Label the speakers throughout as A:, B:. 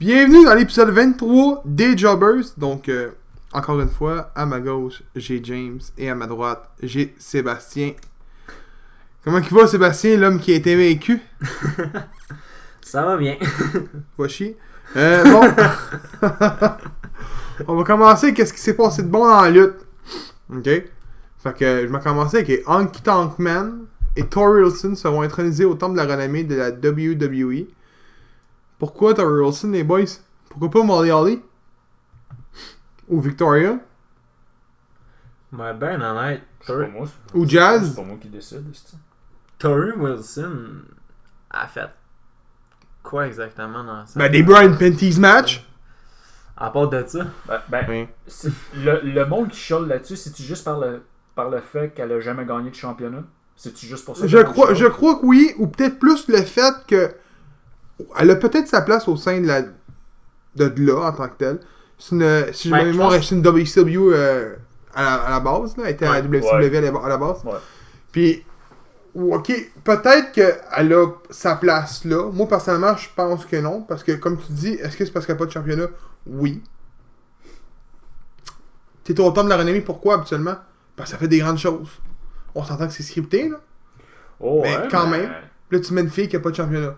A: Bienvenue dans l'épisode 23 des Jobbers. Donc, euh, encore une fois, à ma gauche, j'ai James et à ma droite, j'ai Sébastien. Comment il va, Sébastien, l'homme qui a été vaincu
B: Ça va bien.
A: Va chier. Euh, bon. On va commencer. Qu'est-ce qui s'est passé de bon dans la lutte Ok. Fait que je vais commencer avec les Honky Tonk Man et Tori Wilson seront intronisés au temple de la renommée de la WWE. Pourquoi Tori Wilson, les boys Pourquoi pas Molly Holly Ou Victoria
B: Mais ben honnête,
A: Ah
C: C'est pas
B: Tor-
C: moi.
A: Ou Jazz?
C: C'est pas moi qui décide, c'est ça.
B: Tori Wilson a fait quoi exactement dans ça
A: Ben, des Brian Panties match
B: À part de ça,
C: Ben, ben, c'est- le, le monde qui chiale là-dessus, c'est-tu juste par le, par le fait qu'elle a jamais gagné de championnat C'est-tu juste pour ça que
A: Je
C: le monde
A: crois,
C: chiale?
A: je crois que oui, ou peut-être plus le fait que. Elle a peut-être sa place au sein de la. de là en tant que telle. C'est une. Si je
B: Ouais,
A: me
B: je
A: mémoire,
B: pense-
A: c'est une WCW euh, à, la, à la base, là. Elle était à la
B: Ouais,
A: WCW à la- à la base.
C: Ouais.
A: Puis. ou- Ok, peut-être qu'elle a sa place là. Moi, personnellement, je pense que non. Parce que, comme tu dis, est-ce que c'est parce qu'elle n'a pas de championnat Oui. T'es au temps de la renommée, pourquoi habituellement Parce que ça fait des grandes choses. On s'entend que c'est scripté, là.
C: Oh,
A: Mais
C: ouais,
A: quand
C: mais-
A: même. Là, tu mets une fille qui a pas de championnat.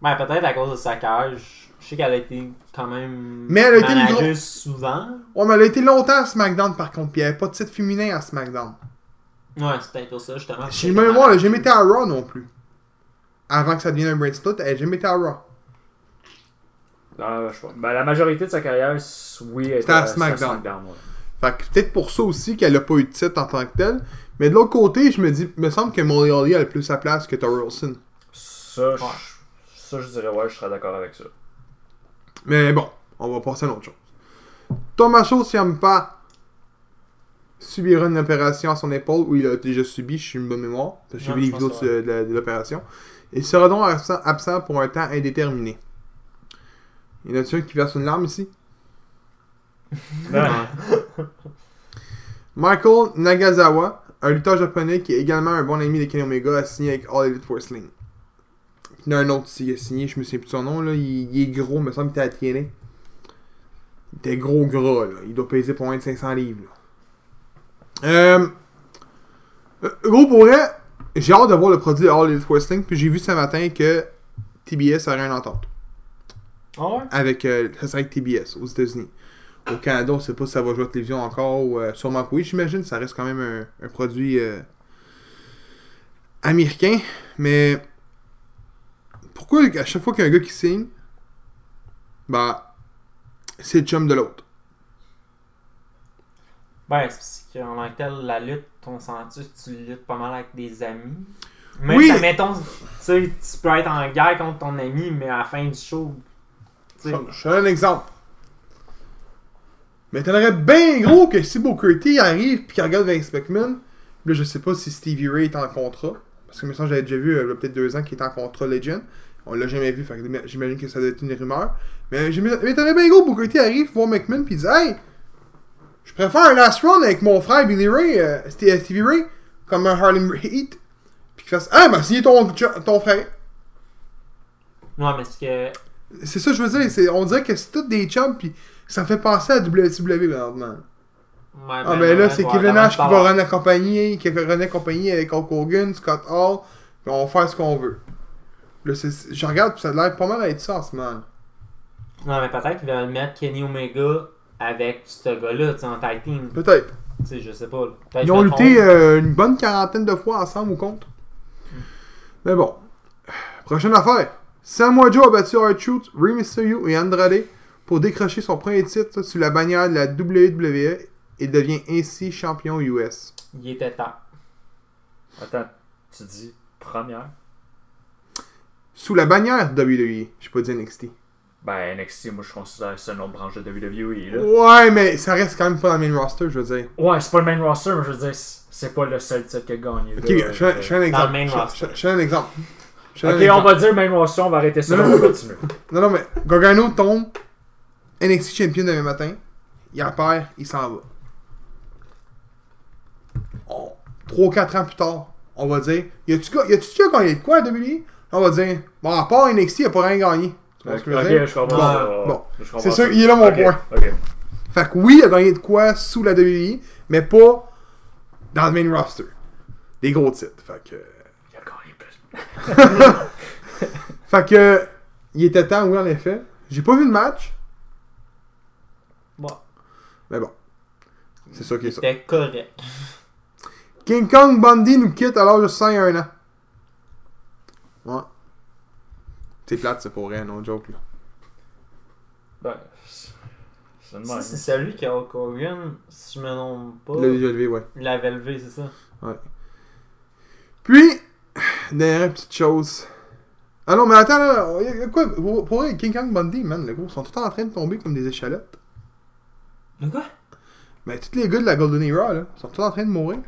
D: Ben, peut-être à cause de sa carrière. Je je sais qu'elle a été quand même.
A: Mais elle a été une
D: manageuse
A: grosse-
D: souvent.
A: Ouais, mais elle a été longtemps à SmackDown, par contre, puis il n'y avait pas de titre féminin à SmackDown.
D: Ouais, c'est peut-être pour ça, justement.
A: Si même moi, elle a jamais été à Raw non plus. Avant que ça devienne un brain split, elle a jamais été à Raw.
C: Ah, je crois. Ben, la majorité de sa carrière, s- oui, elle
A: C'était à
C: était- c'était
A: SmackDown.
C: ouais.
A: Fait que peut-être pour ça aussi qu'elle a pas eu de titre en tant que telle. Mais de l'autre côté, je me dis, me semble que Molly Holly a le plus sa place que Tori Wilson.
C: Ça, je-
D: Ouais.
C: ça, je dirais, ouais, je serais d'accord avec ça.
A: Mais bon, on va passer à autre chose. Tommaso Ciampa subira une opération à son épaule, où il a déjà subi, je suis une bonne mémoire, parce que j'ai
D: Ouais,
A: vu les
D: je
A: vidéos
D: pense
A: de,
D: que
A: de la- de l'opération. Il sera donc absent, absent pour un temps indéterminé. Il y en a un qui verse une larme ici?
C: Ben,
A: Michael Nagazawa, un lutteur japonais qui est également un bon ami de Ken Omega, a signé avec All Elite Wrestling. Il y en a un autre qui a signé, je me souviens plus de son nom, là. Il, il est gros, me semble qu'il était à TNA. Il était gros gras, là. Il doit peser pour moins de 500 livres, là. Euh, euh, gros pour vrai, j'ai hâte de voir le produit de All Elite Wrestling, puis j'ai vu ce matin que TBS aurait une entente
D: Ah ouais?
A: avec, euh, ça serait avec TBS aux États-Unis. Au Canada, on sait pas si ça va jouer à la télévision encore ou euh, sûrement que oui, j'imagine. Ça reste quand même un, un produit euh, américain. Mais pourquoi à chaque fois qu'il y a un gars qui signe, bah c'est le chum de l'autre.
D: Ben, c'est parce qu'en tant que tel, la lutte, on s'entend tu luttes pas mal avec des amis. Même
A: Oui.
D: oui. mettons, tu sais, tu peux être en guerre contre ton ami, mais à la fin du show, tu sais.
A: Je te donne un exemple. Mais t'aimerais bien gros que si Booker T arrive puis qu'il regarde Vince McMahon, là je sais pas si Stevie Ray est en contrat, parce que me semble que j'avais déjà vu euh, il y a peut-être deux ans qu'il était en contrat Legend. On l'a jamais vu, fait que j'imagine que ça doit être une rumeur. Mais j'aimais- mais t'aimerais bien gros Booker T arrive voir McMahon puis dit Hey, je préfère un last round avec mon frère Billy Ray, euh, Ste- euh, Stevie Ray, comme un Harlem Heat. Puis qu'il fasse Ah, ben signé ton, ton frère.
D: Non, mais c'est que.
A: C'est ça que je veux dire. c'est- On dirait que c'est tous des chums, puis ça me fait penser à WCW maintenant.
D: Ouais,
A: Ah, ben là,
D: ouais,
A: c'est
D: ouais,
A: Kevin
D: vraiment,
A: Nash
D: je
A: qui va
D: parle-
A: rendre la compagnie, qui va rendre la compagnie avec Hulk Hogan, Scott Hall, puis on va faire ce qu'on veut. Là, c'est- je regarde, puis ça a l'air pas mal à être ça en ce moment.
D: Non, mais peut-être qu'ils veulent mettre Kenny Omega avec ce gars-là, tu sais, en tag team.
A: Peut-être.
D: Tu sais, je sais pas. là. Peut-être
A: Ils ont
D: que je me
A: lutté
D: trompe.
A: euh, une bonne quarantaine de fois ensemble, au compte. Mais bon. Prochaine affaire. Samoa Joe a battu R-Truth, Rey Mysterio et Andrade pour décrocher son premier titre sous la bannière de la WWE et devient ainsi champion US.
D: Il était temps.
C: attends, tu dis première
A: Sous la bannière WWE, j'ai pas dit NXT.
C: Ben, NXT, moi, je considère ça une autre branche de WWE, là.
A: Ouais, mais ça reste quand même pas dans le main roster, je veux dire.
C: Ouais, c'est pas le main roster, mais je veux dire, c'est c'est pas le seul titre qu'il a gagné.
A: Ok, je
C: là.
A: fais- je fais un exemple.
D: main
A: Je fais-
D: roster.
A: Je fais un exemple. Je fais un
C: Ok, on
A: exemple.
C: va dire main roster, on va arrêter ça, on va continuer.
A: Non, non, mais Gargano tombe, NXT Champion demain matin, il en perd, il s'en va. 3-4 ans plus tard, on E? va dire, y a-tu ga- y a-tu déjà gagné de quoi à WWE? On va dire, bon, à part NXT, il a pas rien gagné. Tu Tu vois ce que je veux
C: Ok,
A: dire?
C: je comprends.
A: Bon,
C: ça.
A: bon.
C: Je comprends
A: C'est
C: ça.
A: ça, il est là, mon
C: Ok,
A: point.
C: ok.
A: Fait que oui, il a gagné de quoi sous la WWE, mais pas dans le main roster. Des gros titres. Fait que.
C: Il a gagné plus.
A: Fait que. Il était temps, oui, en effet. J'ai pas vu le match,
D: Bon,
A: mais bon. C'est ça qui est ça.
D: c'était correct.
A: King Kong Bundy nous quitte à l'âge de 51 ans. Ouais. C'est plate, c'est pour rien, non joke. Là.
C: Ben, c'est c'est de
D: Ça,
C: même.
D: c'est celui qui a Hulk Hogan, si je me trompe pas.
A: Le déjà levé, ouais.
D: Il l'avait levé, c'est ça.
A: Puis, dernière petite chose. Ah non, mais attends, là, il y a quoi Pour, pour vrai, King Kong Bundy, man, le gros, ils sont tout le temps en train de tomber comme des échalotes.
D: De quoi?
A: Mais tous les gars de la Golden Era, là, sont tous en train de mourir.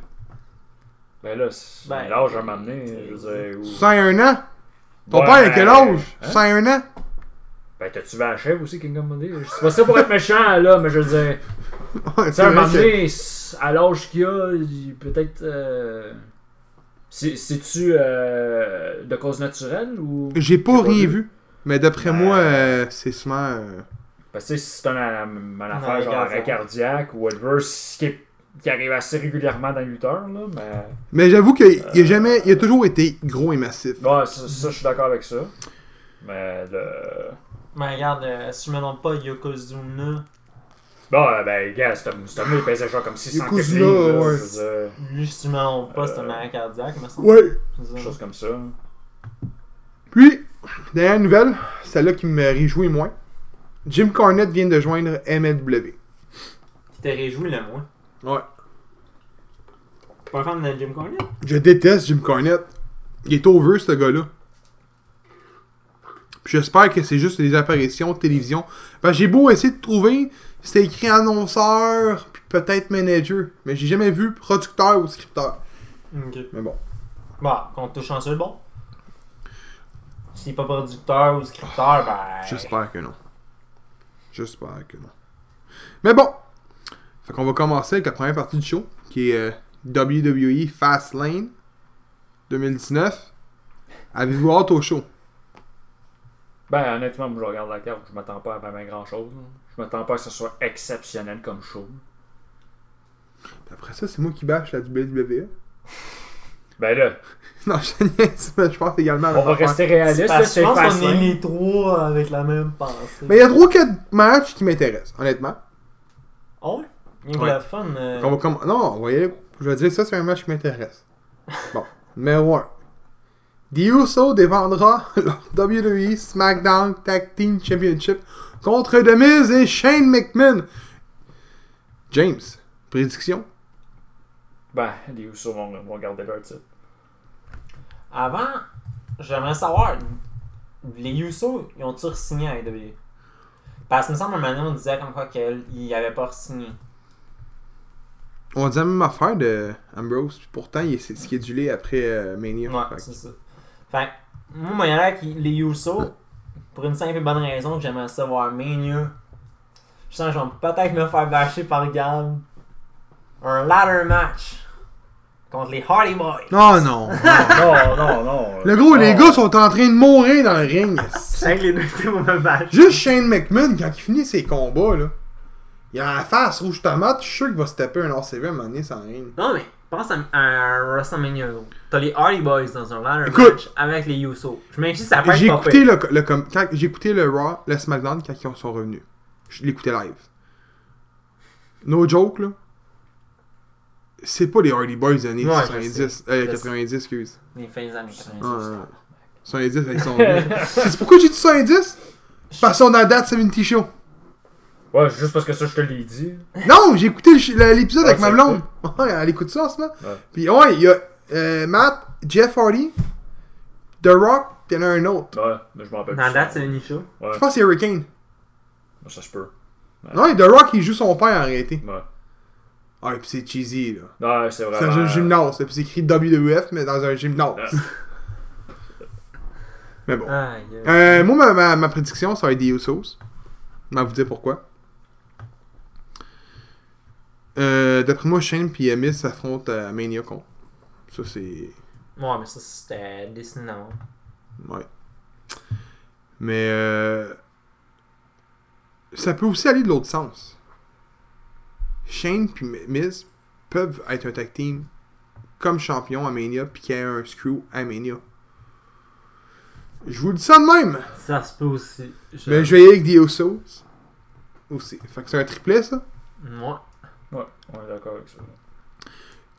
C: Ben là, c'est
D: Ben,
C: l'âge à m'amener, je veux dire. ou-
A: 101 ans Ton
C: Ouais,
A: père, il a quel âge
C: hein?
A: 101 ans
C: Ben, t'as-tu vu la chèvre aussi, Kingdom Bundy? C'est pas ça pour être méchant, là, mais je veux dire.
A: Ouais,
C: Tu sais, à un moment
A: vrai que-
C: donné, c- à l'âge qu'il a, il- peut-être. euh, c'est- C'est-tu euh, de cause naturelle ou.
A: J'ai pas
C: J'ai pas
A: rien
C: vu.
A: vu. Mais d'après
C: Ben-
A: moi, euh, c'est souvent. euh,
C: Parce que tu sais, si c'est un, un- un affaire
D: Ouais,
C: genre
D: cardiaque.
C: arrêt cardiaque ou adverse qui, est- qui arrive assez régulièrement dans 8 heures, là, mais.
A: Mais j'avoue qu'il
C: Euh.
A: il a jamais. Il a toujours été gros et massif.
C: Ouais, ça, ça, je suis d'accord avec ça. Mais le.
D: Mais regarde, euh, si je me trompe pas, Yokozuna,
C: Bon, ben, gars, c'est un c'est un mot, il pesait genre comme 600
A: Yokozuna,
C: livres, là,
A: ouais.
C: je veux dire,
D: lui, si je me trompe pas, c'est un
C: Euh.
D: arrêt cardiaque, me semble.
A: Ouais.
D: C'est ça.
C: Quelque chose comme ça.
A: Puis, dernière nouvelle, celle-là qui me réjouit moins. Jim Cornette vient de joindre MLW.
D: Qui t'a réjoui le moins.
A: Ouais.
D: Pas un fan de Jim Cornette?
A: Je déteste Jim Cornette. Il est over, ce gars-là. Puis j'espère que c'est juste des apparitions de télévision. Parce que j'ai beau essayer de trouver, c'était écrit annonceur, puis peut-être manager. Mais j'ai jamais vu producteur ou scripteur.
D: Ok.
A: Mais bon.
D: Bah, qu'on touche chanceux, bon. S'il n'est pas producteur ou scripteur, ben.
A: J'espère que non. J'espère que non. Mais bon! Fait qu'on va commencer avec la première partie du show, qui est euh, WWE Fastlane 2019. Avez-vous hâte au show?
C: Ben, honnêtement, moi, je regarde la carte, je m'attends pas à vraiment grand-chose. là. Je m'attends pas à ce que ce soit exceptionnel comme show.
A: Après ça, c'est moi qui bâche la E. WWE.
C: Ben là,
A: non, je niaise, mais je pense également à la
C: on va
A: affaire.
C: rester réaliste, là,
D: Parce que
C: c'est
D: je pense qu'on est
C: facile.
D: les trois avec la même pensée.
A: Mais il y a trois quatre matchs qui m'intéressent, honnêtement.
D: Oh, ouais? Il y a
A: Ouais.
D: de la fun. euh,
A: On va comm- Non, vous voyez, je vais dire ça, c'est un match qui m'intéresse. Bon, numéro 1. The Uso défendra leur WWE E SmackDown Tag Team Championship contre The Miz et Shane McMahon. James, prédiction
C: Ben, les Usos vont, vont garder leur titre.
D: Avant, j'aimerais savoir, les Usos, ils ont-ils re-signé à AEW? Parce que, il me semble, un moment donné, on disait comme quoi qu'ils n'avaient pas re-signé.
A: On dit la même affaire de Ambrose, puis pourtant il est c'est schedulé après euh, Mania.
D: Ouais,
A: Fait que-
D: c'est ça. Fait que, moi, moi, il y en a qui, les Usos, pour une simple et bonne raison que j'aimerais savoir Mania. Je sens que je vais peut-être me faire bâcher par Gab. Un ladder match contre les Hardy Boys.
A: Non, non. non.
C: Non, non, non.
A: le gros,
C: Non.
A: les gars sont en train de mourir dans le ring.
D: Avec les deux teams au même match.
A: Juste Shane McMahon, quand il finit ses combats, là, il a la face rouge tomate, je suis sûr qu'il va se taper un RCV à un moment donné sans rien.
D: Non, mais pense à, à WrestleMania. gros. T'as les Hardy Boys dans un ladder
A: Écoute.
D: match avec les Usos. Je m'inquiète, ça peut
A: J'ai
D: être pas
A: écouté
D: pire.
A: le, le com- quand- j'ai écouté le Raw, le SmackDown quand ils sont revenus. Je l'écoutais live. No joke, là. C'est pas les Hardy Boys des années
D: Ouais, je
A: 90. euh,
D: Je
A: 90, excuse.
D: Les fins des années
A: Ouais,
D: 90.
A: ouais. 70, ils sont venus. C'est pourquoi j'ai dit 70? Parce qu'on a date 70 show.
C: Ouais, c'est juste parce que ça, je te l'ai dit.
A: Non, j'ai écouté le ch- le- l'épisode
C: Ah,
A: avec ma
C: tu
A: blonde. Ouais, elle écoute ça en ce moment.
C: Ouais.
A: Puis ouais, il y a euh, Matt, Jeff Hardy, The Rock, puis il y en a un autre.
C: Ouais, mais je m'en
A: Ah,
C: rappelle
D: Dans la
C: plus.
D: date, c'est une niche.
A: Je pense que c'est Hurricane.
C: Ouais, ça se peut.
A: Non, The Rock, il joue son père en réalité.
C: Ouais.
A: Ah, et puis c'est cheesy, là.
C: Ouais, c'est
A: C'est
C: vraiment... euh,
A: dans un gymnase, là, puis c'est écrit WWF, mais dans un gymnase.
C: Ouais.
A: mais bon.
D: Aïe. aïe.
A: Euh, moi, ma, ma, ma prédiction, ça va être des Usos. Je vais vous dire pourquoi. Euh, D'après moi, Shane et Miz s'affrontent à Mania Con. Ça, c'est.
D: Ouais, mais ça, c'était Disney, non?
A: Ouais. Mais euh, ça peut aussi aller de l'autre sens. Shane puis M- Miz peuvent être un tag team comme champion à Mania puis qu'il y ait un screw à Mania. Je vous le dis ça de même.
B: Ça se peut aussi. Je...
A: Mais Ben, je vais y aller avec The Usos aussi. Fait que c'est un triplet ça.
B: Moi.
C: Ouais, on est d'accord avec ça.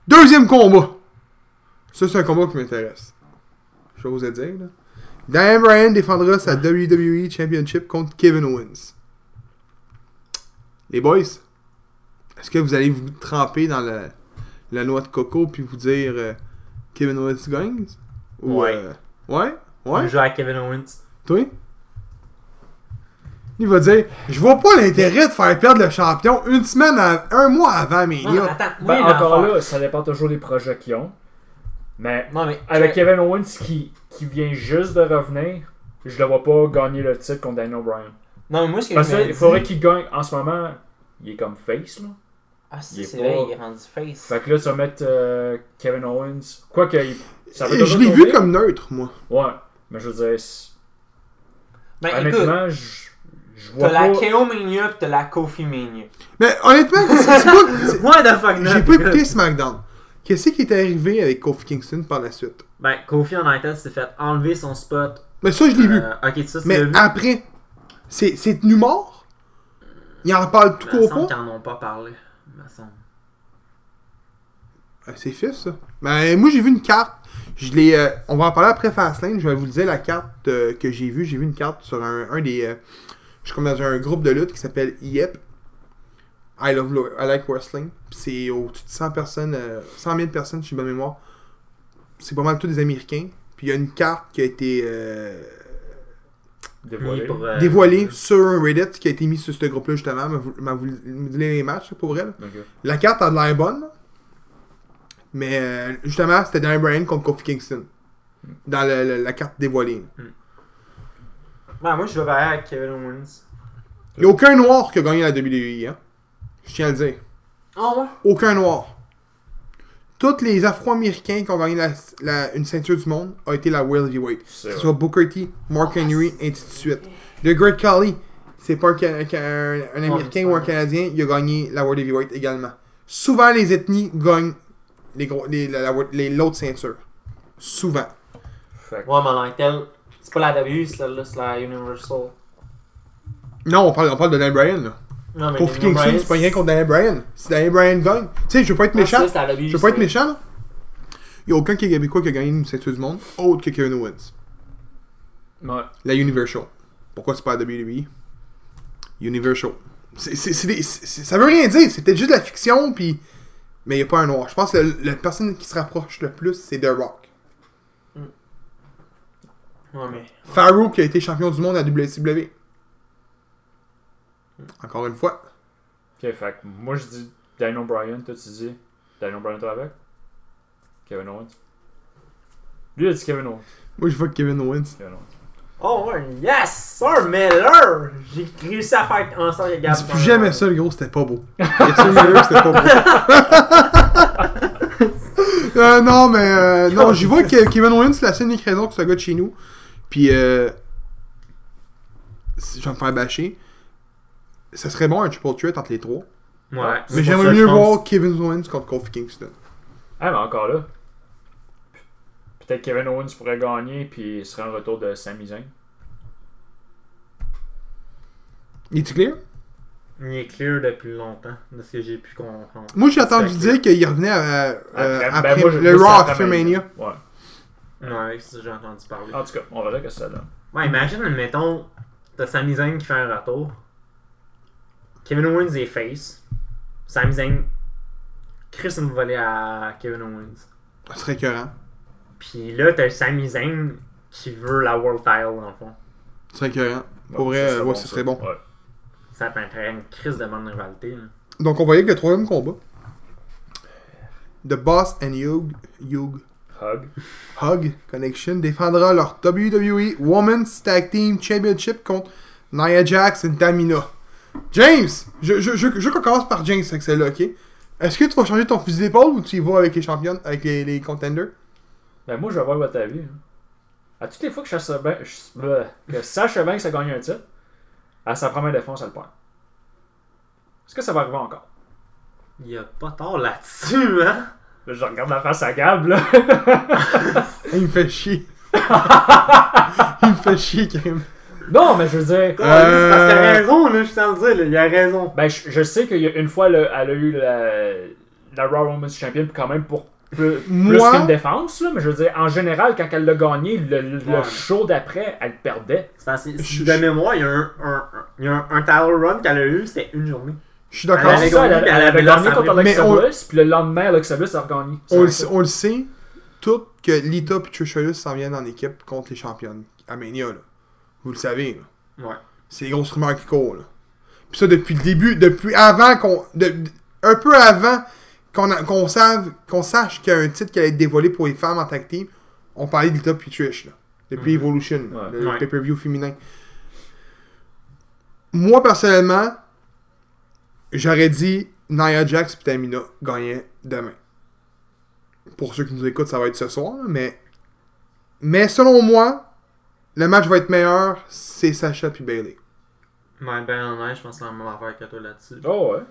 A: Deuxième combat. Ça, c'est un combat qui m'intéresse. J'ose le dire, là. Daniel Bryan défendra sa WWE Championship contre Kevin Owens. Les boys, est-ce que vous allez vous tremper dans la, la noix de coco puis vous dire euh, Kevin Owens gagne Ou,
B: Ouais.
A: euh, ouais
B: On
A: Ouais
B: joue à Kevin Owens.
A: Toi Il va dire Je vois pas l'intérêt de faire perdre le champion une semaine, à- un mois avant mais
D: Non, mais Ah, attends, moi,
C: Ben,
D: il y a une
C: encore
D: affaire.
C: là, ça dépend toujours des projets qu'ils ont. Mais
D: Non, mais.
C: avec
D: je-
C: Kevin Owens qui, qui vient juste de revenir, je le vois pas gagner le titre contre Daniel Bryan.
D: Non, mais moi, ce que
C: Parce
D: je me
C: qu'il
D: dis-
C: faudrait qu'il gagne. En ce moment, il est comme face, là.
D: Ah,
C: il
D: si,
C: est
D: c'est
C: pas-
D: vrai, il est rendu face.
C: Fait que là, tu vas mettre euh, Kevin Owens. Quoique, il- ça va
A: je
C: toujours
A: l'ai vu
C: tourner.
A: comme neutre, moi.
C: Ouais, mais je veux dire, c'est-
D: Ben, écoute,
C: honnêtement, je je vois
D: t'as
C: pas.
D: la KO Mania pis t'as la Kofi Mania.
A: Mais honnêtement, c'est c'est pas. c'est-
B: What the fuck,
A: J'ai
B: not
A: pas
B: good.
A: écouté SmackDown. Qu'est-ce qui est arrivé avec Kofi Kingston par la suite
B: Ben, Kofi en United s'est fait enlever son spot.
A: Mais ça, je l'ai vu.
B: Euh, ok, ça, c'est
A: Mais
B: le vu.
A: après, c'est c'est tenu mort Il en parle tout
B: Il Ben, me
A: court
B: semble
A: pas
B: qu'ils en ont pas parlé. Il me semble.
A: Ah, C'est fif, ça. Ben, moi, j'ai vu une carte. Je l'ai. euh, on va en parler après Fastlane. Je vais vous le dire la carte euh, que j'ai vue. J'ai vu une carte sur un, un des. euh, je suis comme dans un groupe de lutte qui s'appelle IEP. I love Lo- I like wrestling. Puis C'est au-dessus de 100 personnes, euh, 100 000 personnes, si j'ai bonne mémoire. C'est pas mal tous des Américains. Puis il y a une carte qui a été euh,
C: Dévoilé.
B: Libre, euh,
A: dévoilée sur un Reddit qui a été mise sur ce groupe-là justement. M'a vou- M'a voulu me donner les matchs pour elle.
C: Ok.
A: La carte a de l'air bonne. Mais euh, justement, c'était Daniel Bryan contre Kofi Kingston. Dans le- le- la carte dévoilée.
D: Ben, moi, je vais barrer avec Kevin Owens.
A: Il n'y a aucun noir qui a gagné la WWE. Hein. Je tiens à le dire.
D: Ah ouais?
A: Aucun noir. Tous les Afro-Américains qui ont gagné la- la- une ceinture du monde ont été la World Heavyweight.
C: C'est
A: Que ce soit Booker T, Mark
D: Ah,
A: Henry, ainsi de suite. The Great Khali, c'est pas un, Ca- un- un Américain ou un Canadien, il a gagné la World Heavyweight également. Souvent, les ethnies gagnent les gros- les- la- la- les- l'autre ceinture. Souvent.
C: Fait que-
D: Ouais, mais en tant que tel, c'est pas la W, c'est la, c'est la Universal.
A: Non, on parle, on parle de Daniel Bryan. Là.
D: Non, mais.
A: Pour
D: Daniel
A: Kingston,
D: Bryan,
A: c'est pas rien contre Daniel Bryan. Si Daniel Bryan gagne, tu sais, je veux pas être
D: Ah,
A: méchant.
D: ça, c'est la W,
A: Je veux pas être
D: c'est-
A: méchant, là. Il n'y a aucun Québécois qui a gagné une ceinture du monde autre que Kevin Owens.
C: Ouais.
A: La Universal. Pourquoi c'est pas la WWE? Universal. C'est- c'est- c'est des- c'est- c'est- ça veut rien dire, c'est peut-être juste de la fiction, puis. Mais il n'y a pas un noir. Je pense que le- la personne qui se rapproche le plus, c'est The Rock.
D: Ouais, mais.
A: Farouk qui a été champion du monde à WCW. Encore une fois.
C: Ok, fait que moi je dis Daniel Bryan, toi tu dis Daniel Bryan t'es avec Kevin Owens. Lui il a dit Kevin Owens.
A: Moi, je vois Kevin Owens.
C: Kevin Owens.
D: Oh, ouais, yes! Sir Miller! J'ai réussi à faire en sorte que Gab.
A: Dis plus jamais ça, le gros, c'était pas beau. Dexter Miller, c'était pas beau. Euh, non, mais euh, non, j'y vois que Kevin Owens, c'est la seule et unique raison que ce gars de chez nous. Puis, euh, si je vais me faire bâcher. Ça serait bon un triple threat entre les trois.
B: Ouais.
A: Mais j'aimerais mieux voir Kevin Owens contre Kofi Kingston.
C: Ah mais encore là. Peut-être Kevin Owens pourrait gagner puis il serait un retour de Sami Zayn.
A: Es-tu clair?
B: Il est clear depuis longtemps, de ce que j'ai pu comprendre.
A: Moi, j'ai entendu
B: C'est
A: dire qu'il revenait à- à- euh,
C: ben,
A: après,
C: moi, je-
A: le
C: moi,
A: Raw
C: c'est
A: à
C: après
A: Mania.
C: Ouais.
B: Ouais, c'est ça que j'ai entendu parler.
C: En tout cas, on verra que ça donne.
B: Ouais, imagine, admettons, t'as Sami Zayn qui fait un retour. Kevin Owens est face. Sami Zayn. Chris une volée à Kevin Owens.
A: Ça serait écœurant.
B: Puis là, t'as Sami Zayn qui veut la World Title, dans le fond.
A: Ça serait écœurant. Pour
C: Ouais,
A: vrai,
C: ça
A: euh, ouais, ça serait bon.
C: Ouais.
B: Ça peut être une crise de bonne rivalité. là.
A: Donc, on voyait que le troisième combat. The Boss and Hugh, Hugh
C: Hug.
A: Hug Connection défendra leur WWE Women's Tag Team Championship contre Nia Jax et Tamina. James, je, je, je, je commence par James avec celle-là, ok? Est-ce que tu vas changer ton fusil d'épaule ou tu y vas avec les championnes, avec les, les contenders?
C: Ben moi je vais voir votre avis. hein. À toutes les fois que Sasha Banks, que Sasha Banks a gagné un titre, à sa première défense, elle perd. Est-ce que ça va arriver encore?
B: Il y a pas tort là-dessus, hein?
C: Là, je regarde la face à Gab, là.
A: Il me fait chier. il me fait chier, Karim.
C: non, mais je veux dire...
A: Euh,
B: Ouais, Parce qu'il a raison, là, je suis en train de dire, là, il a raison.
C: Ben, je, je sais qu'il y a une fois, là, elle a eu la, la Raw Women's Champion quand même pour peu- plus,
A: Moi-
C: qu'une défense, là, mais je veux dire, en général, quand elle l'a gagné, le, le- le
B: Ouais.
C: show d'après, elle perdait.
B: C'est parce que,
A: Je-
B: de mémoire, il y a un, un, un- il y a un, un title run qu'elle a eu, c'était une journée.
A: Je suis d'accord.
B: Elle avait
C: C'est ça,
B: gagné,
C: elle,
B: puis elle
C: elle avait
B: avait
C: gagné
B: lancé
C: contre
A: après.
C: Alexa
A: Mais on-
C: Bliss, puis le lendemain, Alexa Bliss a regagné.
A: On le,
C: C'est
A: sait- on le sait, tout que Lita et Trish Stratus s'en viennent en équipe contre les championnes à Mania, là. Vous le savez, là.
B: Ouais.
A: C'est les grosses rumeurs qui courent, là. Puis ça, depuis le début, depuis avant qu'on... de- de- un peu avant qu'on a- qu'on save- qu'on sache qu'il y a un titre qui allait être dévoilé pour les femmes en tag team, on parlait de Lita puis Trish, là. Depuis Evolution, là,
C: Ouais.
A: le
B: Ouais.
A: pay-per-view féminin. Moi, personnellement, j'aurais dit Nia Jax et Tamina gagnaient demain. Pour ceux qui nous écoutent, ça va être ce soir, là, mais... Mais selon moi, le match va être meilleur, c'est Sacha puis Bailey.
B: Mais ben, honnête, je pense que c'est la même affaire que toi là-dessus.
C: Oh, ouais.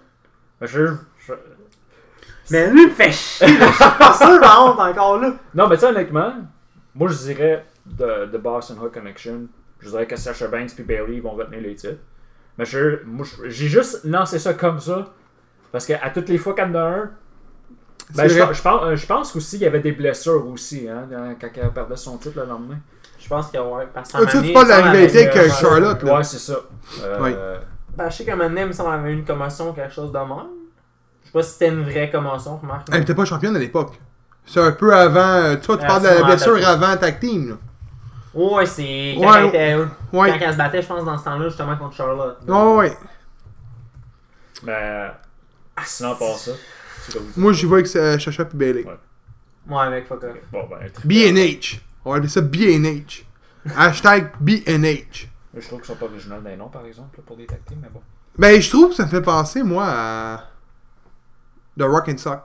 C: Ben, je- je-
B: Mais lui, il me fait chier, là. Je suis pas sûr, par contre, encore là.
C: Non, mais tu sais, honnêtement, moi, je dirais de, de Boston Hook Connection, je dirais que Sasha Banks puis Bailey vont retenir les titres. Mais je- moi, je- j'ai juste lancé ça comme ça, parce qu'à toutes les fois qu'elle en a un, Ben,
A: C'est
C: je,
A: vrai.
C: pense- je pense, euh, je pense aussi qu'il y avait des blessures aussi, hein, dans- quand elle perdait son titre le lendemain.
D: Je pense que ouais. Parce que
A: Ah, tu sais, tu parles de la rivalité avec euh, Charlotte, là.
C: Ouais, c'est ça. Euh,
A: Oui.
D: Ben, je sais qu'à un moment donné, il me semble qu'on avait eu une commotion ou quelque chose de même. Je sais pas si c'était une vraie commotion, remarque. mais-
A: Elle n'était pas championne à l'époque. C'est un peu avant. euh, Toi, tu
D: Ah,
A: parles de
D: c'est
A: la
D: avant
A: blessure
D: Tag Team.
A: avant Tag Team. Là.
D: Ouais, c'est. Quand,
A: Ouais,
D: elle était-
A: Ouais.
D: quand elle se battait, je pense, dans ce temps-là, justement, contre Charlotte.
A: Ouais, ouais.
C: Mais ah, sinon, par ça, c'est comme vous
A: Moi, j'y vois avec euh, Sacha puis Bailey.
C: Ouais.
D: Ouais, mec, fuck off.
C: Bon, ben, tri-
A: BNH. On va appeler ça BNH. Hashtag BNH.
C: Je trouve qu'ils sont pas originaux des noms, par exemple, là, pour des tag teams, mais bon.
A: Ben, je trouve que ça me fait penser, moi, à. The Rock and Sock.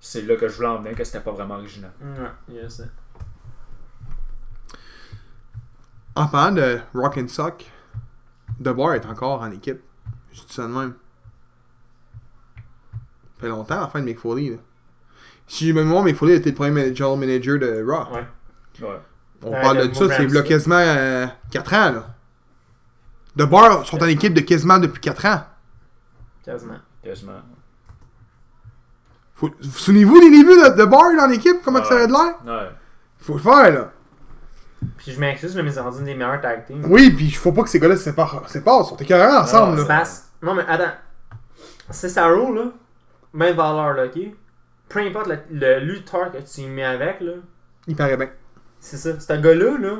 C: C'est là que je voulais en venir, que c'était pas vraiment original.
D: Ouais, yes.
A: En parlant de Rock and Sock, The Bar est encore en équipe. Je dis ça de même. Ça fait longtemps, la fin de Mick Foley. Là. Si j'ai bien mémoire, Mick Foley était le premier man- general manager de Raw.
D: Ouais.
C: Ouais.
A: On
D: Ouais,
A: parle
D: le
A: de ça, c'est
D: Moran,
A: là
D: ça.
A: quasiment 4 ans. Là. The Bar sont en équipe de quasiment depuis 4 ans.
D: Quasiment.
C: Quasiment.
A: Faut, vous souvenez-vous des débuts de, de Bar dans l'équipe Comment
C: Ouais.
A: que ça avait de l'air
C: Ouais.
A: Faut le faire, là.
D: Puis je m'excuse, mais c'est rendu une des meilleures tag teams.
A: Oui, puis faut pas que ces gars-là se séparent. se séparent, Ils sont écœurants ensemble,
C: Ah,
A: là.
D: Parce- Non, mais attends. Cesaro, là, même valeur, là, ok? Peu importe le, le lutteur que tu y mets avec, là,
A: Il paraît bien.
D: c'est ça. Ce gars-là, là,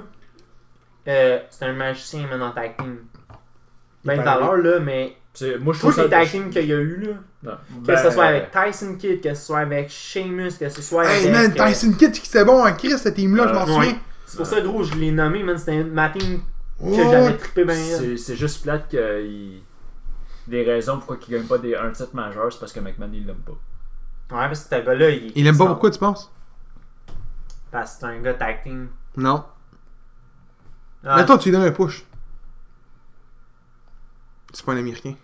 D: euh, c'est un magicien, maintenant, en tag team. Même
A: paraît
D: valeur, là, mais
C: C'est- Moi, je trouve
D: tous les
C: ça.
D: tag teams qu'il y a eu, là,
C: Non.
D: que
C: Ben,
D: ce soit avec Tyson Kidd, que ce soit avec Sheamus, que ce soit
A: euh, Hey,
D: avec.
A: man,
D: euh,
A: Tyson Kidd, qui c'est bon en Chris, cette team-là, je m'en
C: Ouais.
A: souviens.
D: C'est pour ça, gros, je l'ai nommé, man. C'était ma team que
A: Ouais.
D: j'avais trippé bien. elle.
C: C'est c'est juste plate que. il- Les raisons pourquoi ils gagnent pas des, un titre majeur, c'est parce que McMahon, il l'aime pas.
D: Ouais, parce que ce gars-là, il.
A: Il aime pas pourquoi tu penses
D: Parce que c'est un gars tag team.
A: Non.
D: Ah,
A: Mais toi, tu lui donnes un push. C'est pas un américain.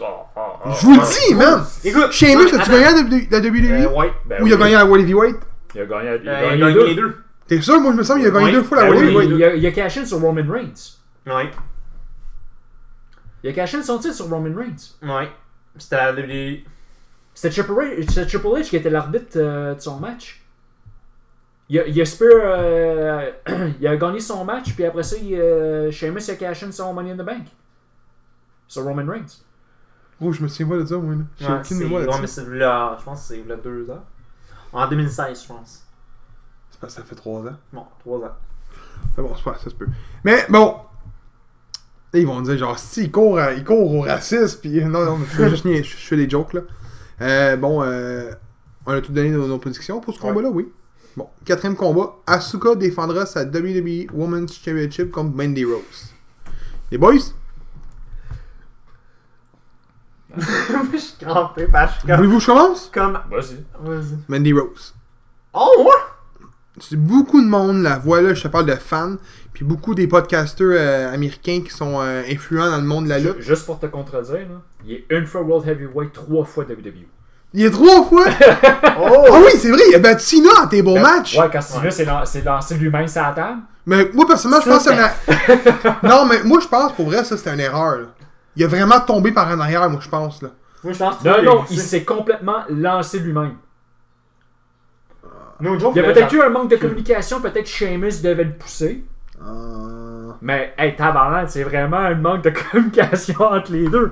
C: Oh, oh, oh,
A: je vous
C: oh.
A: le dis, man
D: Écoute,
A: Sheamus,
D: moi,
A: t'as-tu gagné la, la WWE
C: Euh, ouais, ben
A: Ou il a
C: oui.
A: gagné la World Heavyweight
C: Il a gagné, il a
D: Euh,
C: gagné
D: il a
C: les deux.
D: gagné les deux.
A: T'es sûr, moi je me sens qu'il a gagné
D: Ouais.
A: deux fois la
C: Ben
A: World
C: oui,
A: Heavyweight.
C: il, a, il a cash in sur Roman Reigns.
D: Ouais,
C: Il a cash in son titre sur Roman Reigns.
D: ouais. C'était la WWE.
C: C'était Triple, H- c'était Triple H qui était l'arbitre euh, de son match. Il a, il a Spear, euh, il a gagné son match, puis après ça, il, euh, Sheamus a cash in son Money in the Bank. Sur Roman Reigns.
A: Oh, je me souviens pas de ça, moi. là. J'ai
D: Ouais,
A: aucune
D: c'est-
A: mémoire
D: ouais, mais
A: là-dessus.
D: c'est là, je pense que c'est là deux ans. En 2016, je pense.
A: C'est parce que ça fait trois ans.
D: Bon, trois ans.
A: Mais bon, c'est pas, ça se peut. Mais bon. Là, ils vont dire, genre, si, ils courent, à- ils courent au racisme, pis non, non, mais je, fais juste- je, je fais des jokes, là. Euh, bon, euh, on a tout donné nos, nos prédictions pour ce
D: Ouais.
A: combat-là, oui. Bon, quatrième combat, Asuka défendra sa WWE Women's Championship contre Mandy Rose. Les boys,
D: je suis crampé, parce que je suis comme.
A: voulez-vous que je commence?
D: comme...
C: Vas-y.
D: Vas-y.
A: Mandy Rose.
D: Oh, ouais!
A: c'est beaucoup de monde la voit là, je te parle de fans, puis beaucoup des podcasters euh, américains qui sont euh, influents dans le monde de la lutte.
C: Ju- Juste pour te contredire, là, il est une fois World Heavyweight, trois fois E. WWE.
A: Il est trois fois!
E: Oh!
A: Ah oui, c'est vrai, il a battu Cena à tes beaux
C: Ben,
A: matchs!
C: Ouais, quand Cena s'est lan- s'est lancé lui-même sur la table.
A: Mais moi, personnellement, je pense que c'est une- Non, mais moi, je pense, pour vrai, ça, c'était une erreur. là. Il a vraiment tombé par en arrière, moi, je pense. Là.
E: Moi, je pense que
C: Non,
E: tu
C: non,
E: l'as
C: il
E: glissé.
C: s'est complètement lancé lui-même.
E: No joke,
C: Il y a
E: le-
C: peut-être eu un manque de communication, peut-être Seamus devait le pousser.
A: Euh,
C: Mais, hey, tabarnak, c'est vraiment un manque de communication entre les deux.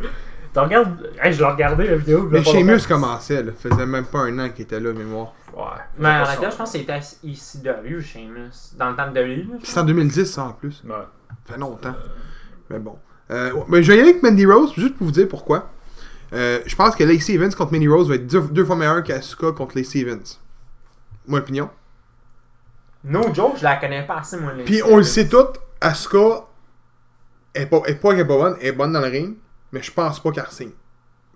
C: Tu regardes, hey, je l'ai regardé la vidéo.
A: Mais
C: Seamus
A: Sheamus commençait, là. faisait même pas un an qu'il était là, mémoire.
C: Ouais.
D: Mais en
C: Ouais.
D: réalité, je pense que c'était ici de rue, Seamus. Dans le temps de lui. là.
A: Puis c'est en 2010, ça, en plus.
C: Ouais.
A: Ça fait longtemps. Mais bon. Euh, ouais, mais je vais y aller avec Mandy Rose, juste pour vous dire pourquoi. Euh, je pense que Lacey Evans contre Mandy Rose va être deux, deux fois meilleur qu'Asuka contre Lacey Evans. Mon opinion.
D: No joke, je la connais pas assez, moi. les-
A: Puis on le sait tout, Asuka est pas, est pas, est pas bonne, elle est bonne dans le ring, mais je pense pas qu'elle signe.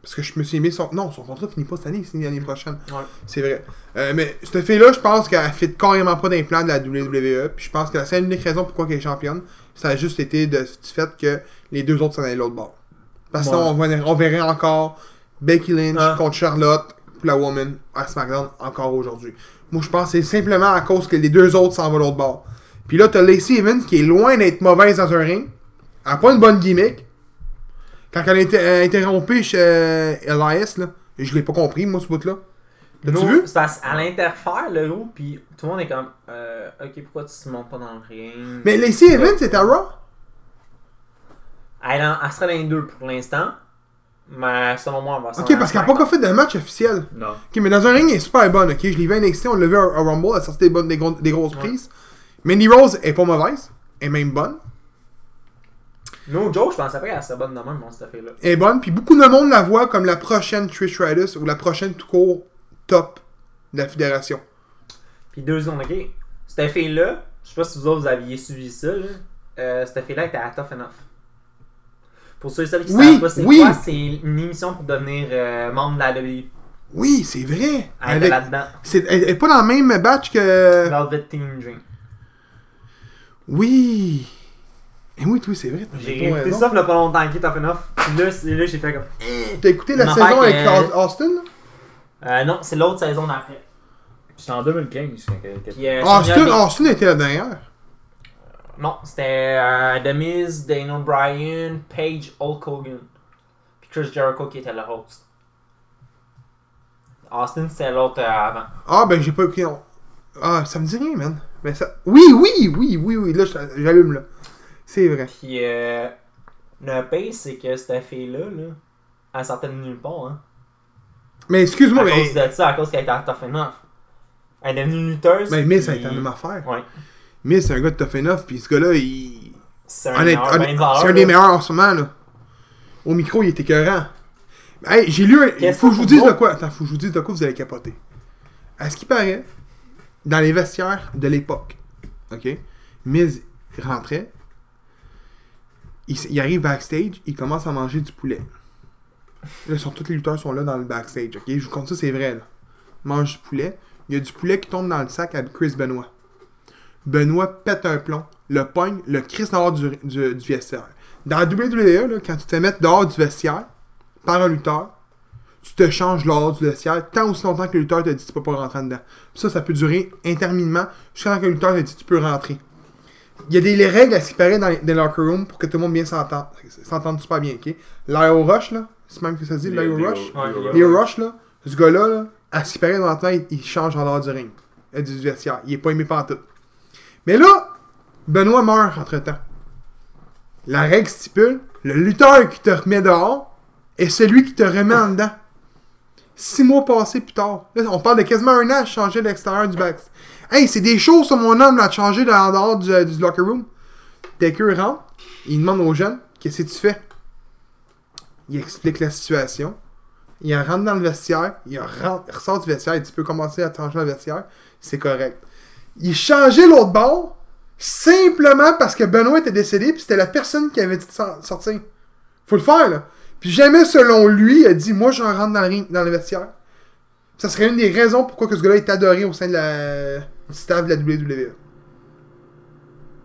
A: Parce que je me suis aimé son. Non, son contrat finit pas cette année, il finit l'année prochaine.
D: Ouais.
A: C'est vrai. Euh, mais cette fille-là, je pense qu'elle fit carrément pas dans les plans de la WWE. Puis je pense que la seule unique raison pourquoi elle est championne, ça a juste été de, du fait que les deux autres s'en allaient de l'autre bord. Parce que sinon, on, verrait- on verrait encore Becky Lynch
D: Ah.
A: contre Charlotte pour la Woman à SmackDown encore aujourd'hui. Moi, je pense que c'est simplement à cause que les deux autres s'en vont de l'autre bord. Puis là, t'as Lacey Evans qui est loin d'être mauvaise dans un ring. Elle n'a pas une bonne gimmick. Quand elle a été euh, interrompue chez euh, Elias, là, je l'ai pas compris, moi, ce bout-là. L'as-tu
D: No-
A: vu?
D: C'est parce qu'elle interfère, le gros, puis tout le monde est comme, euh, ok, pourquoi tu te montes pas dans le ring?
A: Mais Lacey Evans, c'est à Raw.
D: Elle, en- elle serait dans les deux pour l'instant. Mais selon moi, elle va s'en
A: Ok, parce qu'elle n'a pas encore fait de match officiel.
C: Non.
A: Ok, mais dans un ring, elle est super bonne. Ok, je l'ai vu à NXT, on l'a vu à, à Rumble, elle sortait des, bonnes, des, gros- des grosses
D: Ouais.
A: prises. Mandy Rose est pas mauvaise. Elle est même bonne.
D: No joke, je pensais pas qu'elle serait bonne de même, mon cette fille-là.
A: Elle est bonne. Puis beaucoup de monde la voit comme la prochaine Trish Stratus ou la prochaine tout court top de la fédération.
D: Puis deux secondes, ok. Cette fille-là, je sais pas si vous autres vous aviez suivi ça, là. Euh, cette fille-là était à Tough Enough. Pour ceux et celles qui
A: Oui,
D: savent pas c'est
A: oui.
D: quoi, c'est une émission pour devenir euh, membre de la WWE.
A: Oui, c'est vrai.
D: Elle
A: Avec- Euh.
D: était là-dedans.
A: c'est- elle, elle est pas dans le même batch que.
D: Velvet Team Dream.
A: Oui. Et oui, oui, c'est vrai. t'as
D: J'ai
A: pas
D: écouté
A: raison.
D: ça il y a pas longtemps, qui est Tough Enough. Puis là, c'est- là j'ai fait comme.
A: T'as écouté
D: Une
A: la saison avec
D: affaire que-
A: Austin? là?
D: Euh, non, c'est l'autre saison d'après.
C: C'est en 2015. quand elle était-
D: Puis, euh, Sonia
A: Austin,
D: Bi-
A: Austin était la dernière.
D: Non, c'était euh, The Miz, Daniel Bryan, Paige, Hulk Hogan. Puis Chris Jericho qui était le host. Austin, c'était l'autre euh, avant.
A: Ah, ben j'ai pas écouté. non. Ah, ça me dit rien, man. Mais ça... Oui, oui, oui, oui, oui. Là, je- j'allume, là. C'est vrai.
D: Puis euh, le pire, c'est que cette fille-là, là, elle sortait de nulle part. Hein.
A: Mais excuse-moi,
D: à
A: mais.
D: cause de ça, à cause qu'elle était à Tough Enough. Elle est devenue lutteuse.
A: Mais Miss, ça a
D: puis-
A: été la même affaire.
D: Ouais.
A: Miss, c'est un gars de tough enough, pis ce gars-là, il.
D: C'est un,
A: Honnête-
D: meilleur
A: honnête-
D: main valeur,
A: c'est un des
D: là.
A: meilleurs en ce moment, là. Au micro, il est écœurant. Mais, Hey, j'ai lu un.
D: Qu'est-ce
A: Faut que je
D: qu'on
A: vous dise de
D: voit?
A: quoi. Attends, faut que je vous dise de quoi vous allez capoter. À ce qui paraît, dans les vestiaires de l'époque, OK, Miz rentrait. Il, s- il arrive backstage, il commence à manger du poulet. Là, sont, tous les lutteurs sont là dans le backstage, OK? Je vous compte ça, c'est vrai, là. Il Mange du poulet. Il y a du poulet qui tombe dans le sac avec Chris Benoit. Benoît pète un plomb, le pogne, le crisse dehors du, du- du vestiaire. Dans la WWE, là, quand tu te fais mettre dehors du vestiaire par un lutteur, tu te changes dehors du vestiaire tant aussi longtemps que le lutteur te dit tu peux pas rentrer dedans. Puis ça, ça peut durer interminemment jusqu'à temps que le lutteur te dit tu peux rentrer. Il y a des les règles à ce qui paraît dans les, dans les locker rooms pour que tout le monde bien s'entende. S'entende super bien, ok? L'Io Rush, là, c'est même que ça se dit, l'Io Rush.
D: Ouais,
A: Leo Rush, là, ce gars-là, là, à ce qui paraît, dans le temps, il, il change en dehors du ring, euh, du vestiaire. Il est pas aimé pantoute. Mais là, Benoît meurt entre-temps. La règle stipule, le lutteur qui te remet dehors est celui qui te remet en dedans. Six mois passés plus tard. Là, on parle de quasiment un an à changer l'extérieur du back. Hey, c'est des choses sur mon homme, là, de changer de- en dehors du, du locker room. Taker rentre, il demande aux jeunes, qu'est-ce que tu fais? Il explique la situation. Il rentre dans le vestiaire, il rentre- il ressort du vestiaire, il dit tu peux commencer à changer le vestiaire, c'est correct. Il changeait l'autre bord simplement parce que Benoît était décédé puis c'était la personne qui avait dit de sor- sortir. Faut le faire là. Puis jamais selon lui, il a dit moi je rentre dans le ring- dans le vestiaire. Ça serait une des raisons pourquoi que ce gars-là est adoré au sein de la staff de la E. WWE.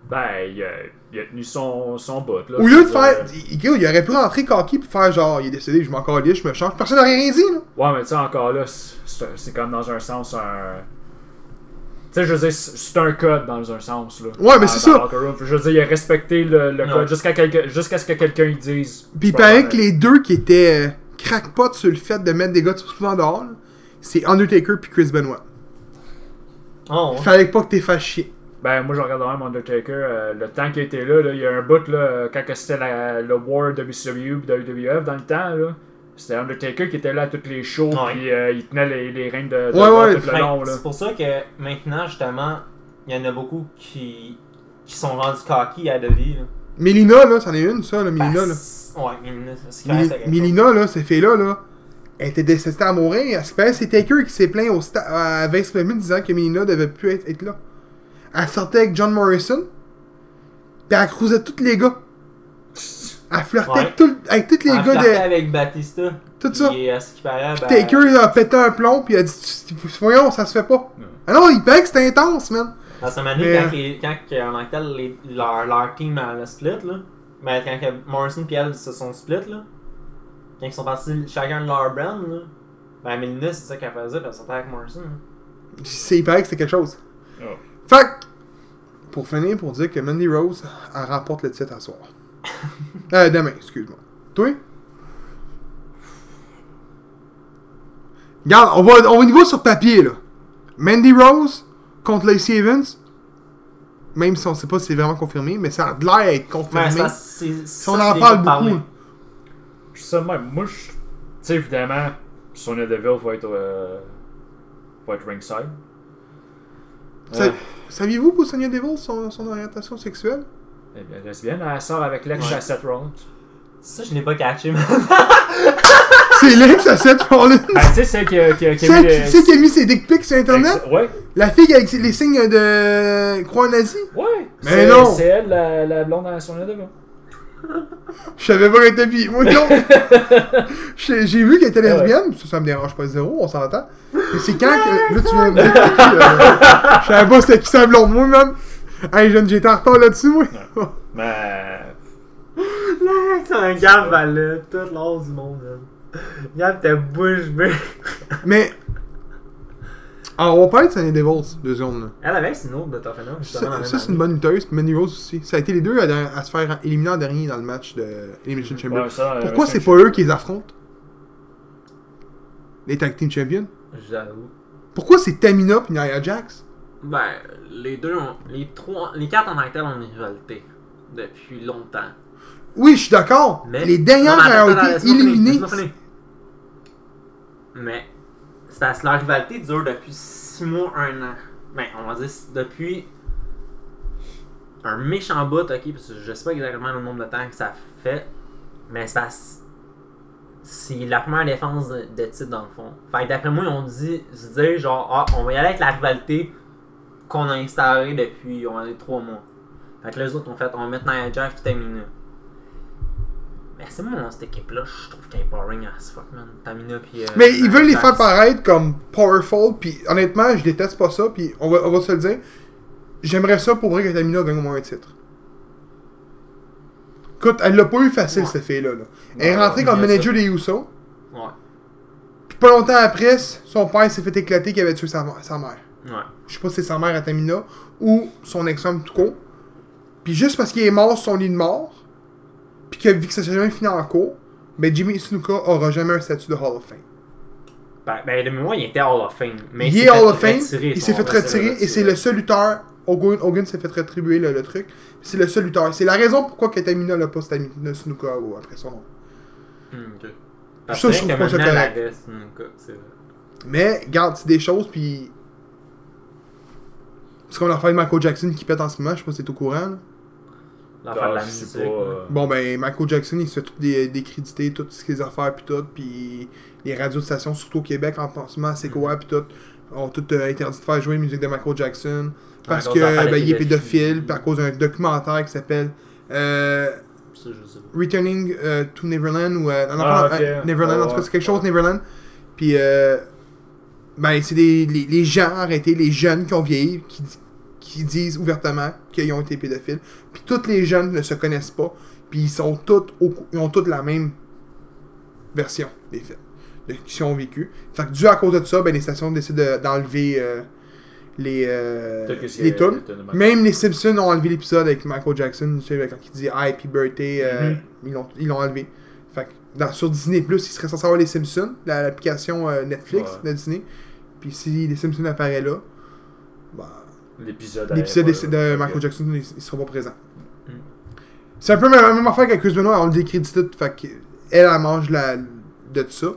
C: Ben, il a, il a tenu son, son bout. Là,
A: Au lieu de
C: Je veux dire,
A: faire. Il, gars, il aurait pu rentrer Kaki pour faire genre, il est décédé, je m'en calais, je me change. Personne n'a rien dit, là.
C: euh, Ouais, mais tu sais, encore là, c'est- c'est c'est comme dans un sens un. Tu sais, je veux dire, c'est- c'est un code dans un sens, là.
A: Ouais, mais
C: Dans-
A: c'est ça.
C: dans le locker room. Je veux dire, il a respecté le, le
D: Ouais.
C: code jusqu'à quelque- jusqu'à ce que quelqu'un y dise.
A: Puis il paraît que les deux qui étaient euh, crackpot sur le fait de mettre des gars tout souvent dehors, là, c'est Undertaker puis Chris Benoit.
D: Oh,
A: Il fallait pas que t'es fasses chier.
C: Ben, moi, je regarde même Undertaker, euh, le temps qu'il était là, là, il y a un bout, là, euh, quand que c'était la- le War WCW et WWF dans le temps, là. C'était Undertaker qui était là à toutes les shows,
D: Ouais.
C: puis euh, il tenait les, les règnes de, de
A: Ouais,
C: de-
A: ouais.
C: tout le long,
D: Fait que
C: là.
D: C'est pour ça que maintenant, justement, il y en a beaucoup qui, qui sont rendus cocky à Devi. Là.
A: Melina, là, c'en est une, ça, là, Melina, là.
D: Parce- Ouais, Milina, Ah, c'est ce qui
A: Mil-
D: reste à quelque chose.
A: Melina, là, cette fille-là, là, elle était décédée à mourir. À ce qui paraît, c'est Taker qui s'est plaint au sta- à Vince McMahon disant que Melina devait plus être, être là. Elle sortait avec John Morrison, puis elle cruisait tous les gars. Elle flirtait
D: Ouais.
A: avec, tout- avec tous les
D: Elle
A: gars
D: flirtait
A: de.
D: avec Batista.
A: Tout ça.
D: Et à ce qui paraît, ben,
A: Taker a pété un plomb, puis il a dit Tu- tu- Voyons, ça se fait pas. Ah non, il paraît que c'était intense, man.
D: Dans sa
A: Mais-
D: manière, quand, les- quand que, en tant que tel, les- leur, leur team a le split, là, ben, quand que Morrison et elle se sont split, là, quand ils sont partis chacun de leur brand, là, ben Melina, c'est ça qu'elle faisait, puis elle sortait avec Morrison. là.
A: C'est- Il paraît que c'est quelque chose.
C: Oh.
A: Fait que, pour finir, pour dire que Mandy Rose, elle remporte le titre à soir. euh, demain, excuse-moi. Toi? Regarde, on va, on va au niveau sur papier, là. Mandy Rose contre Lacey Evans, même si on sait pas si c'est vraiment confirmé, mais ça a de l'air d'être confirmé.
D: Ben, ça, c'est-
A: si
D: ça,
A: on
D: c'est
A: en
D: des
A: parle
D: gars
A: beaucoup.
D: parlés.
C: Puis ça de même, moi je. Tu sais, évidemment, Sonia Deville va être. euh, va être ringside.
A: Sa-
C: Ouais.
A: Saviez-vous pour Sonya Deville son, son orientation sexuelle?
C: Elle est lesbienne, elle sort avec l'ex
D: Ouais.
C: à Seth Rollins.
D: Ça, je l'ai pas catché, mais.
A: C'est l'ex à cette Rollins!
C: Ben, tu sais, celle qui a, qui a- qui a mis
A: C'est
C: les-
A: celle qui a mis ses dick pics sur internet?
C: Ouais,
A: La fille avec les signes de croix nazie?
C: ouais.
A: Mais
C: C'est-
A: non.
C: C'est elle, la, la blonde à Sonia Deville.
A: Je savais pas qu'elle était bi. Moi non! J'ai j'ai vu qu'elle était
C: Ah ouais.
A: lesbienne, ça, ça me dérange pas zéro, on s'entend. Mais c'est quand que. Là, tu viens de me dire, euh, Je savais pas c'était qui sa blonde, moi, même. Hey, jeune, j'étais en retard là-dessus, moi.
C: Mais.
B: Là, c'est un gars valait tout l'or du monde. là. Gab, t'es bouche bée.
A: Mais. Alors, on va parler de Sunny Devils, deux secondes, là.
B: Elle avait, c'est une autre de Toffena. justement,
A: Ça,
B: la
A: ça,
B: même
A: c'est une
B: année.
A: bonne lutteuse, puis Manny Rose aussi. Ça a été les deux à, à se faire éliminer en dernier dans le match de Elimination Chamber.
C: Ouais, ça, euh,
A: Pourquoi
C: ça,
A: c'est
C: je-
A: pas eux qui les affrontent Les Tag Team Champions
B: J'avoue.
A: Pourquoi c'est Tamina puis Nia Jax
B: Ben, les deux ont. Les trois. Les quatre en tant que tels ont une rivalité. Depuis longtemps.
A: Oui, je suis d'accord.
B: Mais.
A: Les dernières
B: Non, mais attends, attends,
A: ont été
B: laisse-moi finir,
A: éliminées.
B: laisse-moi finir. Mais. c'est parce que leur rivalité dure depuis 6 mois, 1 an. Ben, on va dire c'est depuis. Un méchant bout, ok, parce que je sais pas exactement le nombre de temps que ça fait. Mais c'est parce. C'est la première défense de, de titre dans le fond. Fait que d'après moi, on dit, se dire genre, ah, on va y aller avec la rivalité qu'on a instaurée depuis, on va dire, 3 mois. Fait que les autres ont fait, on va mettre Nia Jax puis Tamina. Mais c'est moi, cette équipe-là, je trouve qu'elle est boring as fuck, man. Tamina puis. euh,
A: Mais ils veulent les
B: Jax.
A: faire paraître comme powerful, puis honnêtement, je déteste pas ça, puis on va, on va se le dire. J'aimerais ça pour vrai que Tamina gagne au moins un titre. Écoute, elle l'a pas eu facile,
B: Ouais.
A: cette fille-là. là. Elle est
B: Ouais,
A: rentrée
B: ouais,
A: comme
B: bien
A: manager des Usos,
B: Ouais.
A: puis pas longtemps après, son père s'est fait éclater qu'il avait tué sa, sa mère.
B: Ouais.
A: Je sais pas si c'est sa mère à Tamina ou son ex-femme tout court. Puis juste parce qu'il est mort sur son lit de mort, puis que vu que ça s'est jamais fini en cours, ben Jimmy Snuka aura jamais un statut de Hall of Fame.
B: Ben, ben, de mémoire, il était Hall of Fame. Mais
A: il
B: s'est
A: est
B: fait
A: Hall of Fame,
B: retirer,
A: il
B: son
A: s'est fait
B: retirer,
A: retirer et c'est le seul lutteur. Hogan, Hogan s'est fait retribuer le, le truc. C'est le seul lutteur. C'est la raison pourquoi que Tamina l'a pas Tamina Snuka ou après son nom.
B: Hmm, ok.
A: Je suis sûr que je trouve pas ça
B: maintenant, la
A: correct.
B: veste, hmm, ok, c'est vrai.
A: Mais garde, c'est des choses puis. Ce qu'on a fait de Michael Jackson qui pète en ce moment, je sais pas si t'es au courant. là.
B: L'affaire de la
C: Ah, je sais
B: musique,
C: pas,
B: ouais.
C: euh,
A: Bon, ben, Michael Jackson, il se fait tout dé- décréditer, toutes ses affaires, puis tout, puis les radios-stations, surtout au Québec, en pensement, c'est quoi, puis tout, ont tout euh, interdit de faire jouer la musique de Michael Jackson, parce
B: cause
A: que,
B: de l'affaire de
A: ben, il est
B: pédophilie.
A: pédophile, puis à cause d'un documentaire qui s'appelle euh,
B: Ça, je sais pas.
A: Returning euh, to Neverland, ou... euh, non, non,
C: Ah,
A: pas-
C: ok.
A: euh, Neverland,
C: Ouais,
A: en tout cas,
C: ouais.
A: c'est quelque chose, Neverland, puis euh, Ben, c'est des, les, les gens arrêtés, les jeunes qui ont vieilli, qui, di- qui disent ouvertement qu'ils ont été pédophiles. Puis tous les jeunes ne se connaissent pas. Puis ils sont tous au cou- ils ont toutes la même version des faits, de qui ont vécu. Fait que dû à cause de ça, ben, les stations décident de- d'enlever euh, les, euh,
C: Peut-être que c'est-
A: les tunes.
C: de Michael.
A: Même les Simpsons ont enlevé l'épisode avec Michael Jackson, tu sais, quand il dit Happy Birthday, euh,
D: Mhm.
A: ils l'ont- ils l'ont enlevé. Fait que dans- sur Disney, il serait censé avoir les Simpsons, la- l'application euh, Netflix
C: Ouais.
A: de Disney. Puis si les Simpsons apparaissent là, ben,
C: L'épisode
A: l'épisode
C: à-
A: de, de
C: Ok.
A: Michael Jackson, ils, ils seront pas présents.
B: Mhm.
A: C'est un peu la même affaire qu'avec Chris Benoit, on le décrédite tout. Fait que elle, elle mange la, de ça.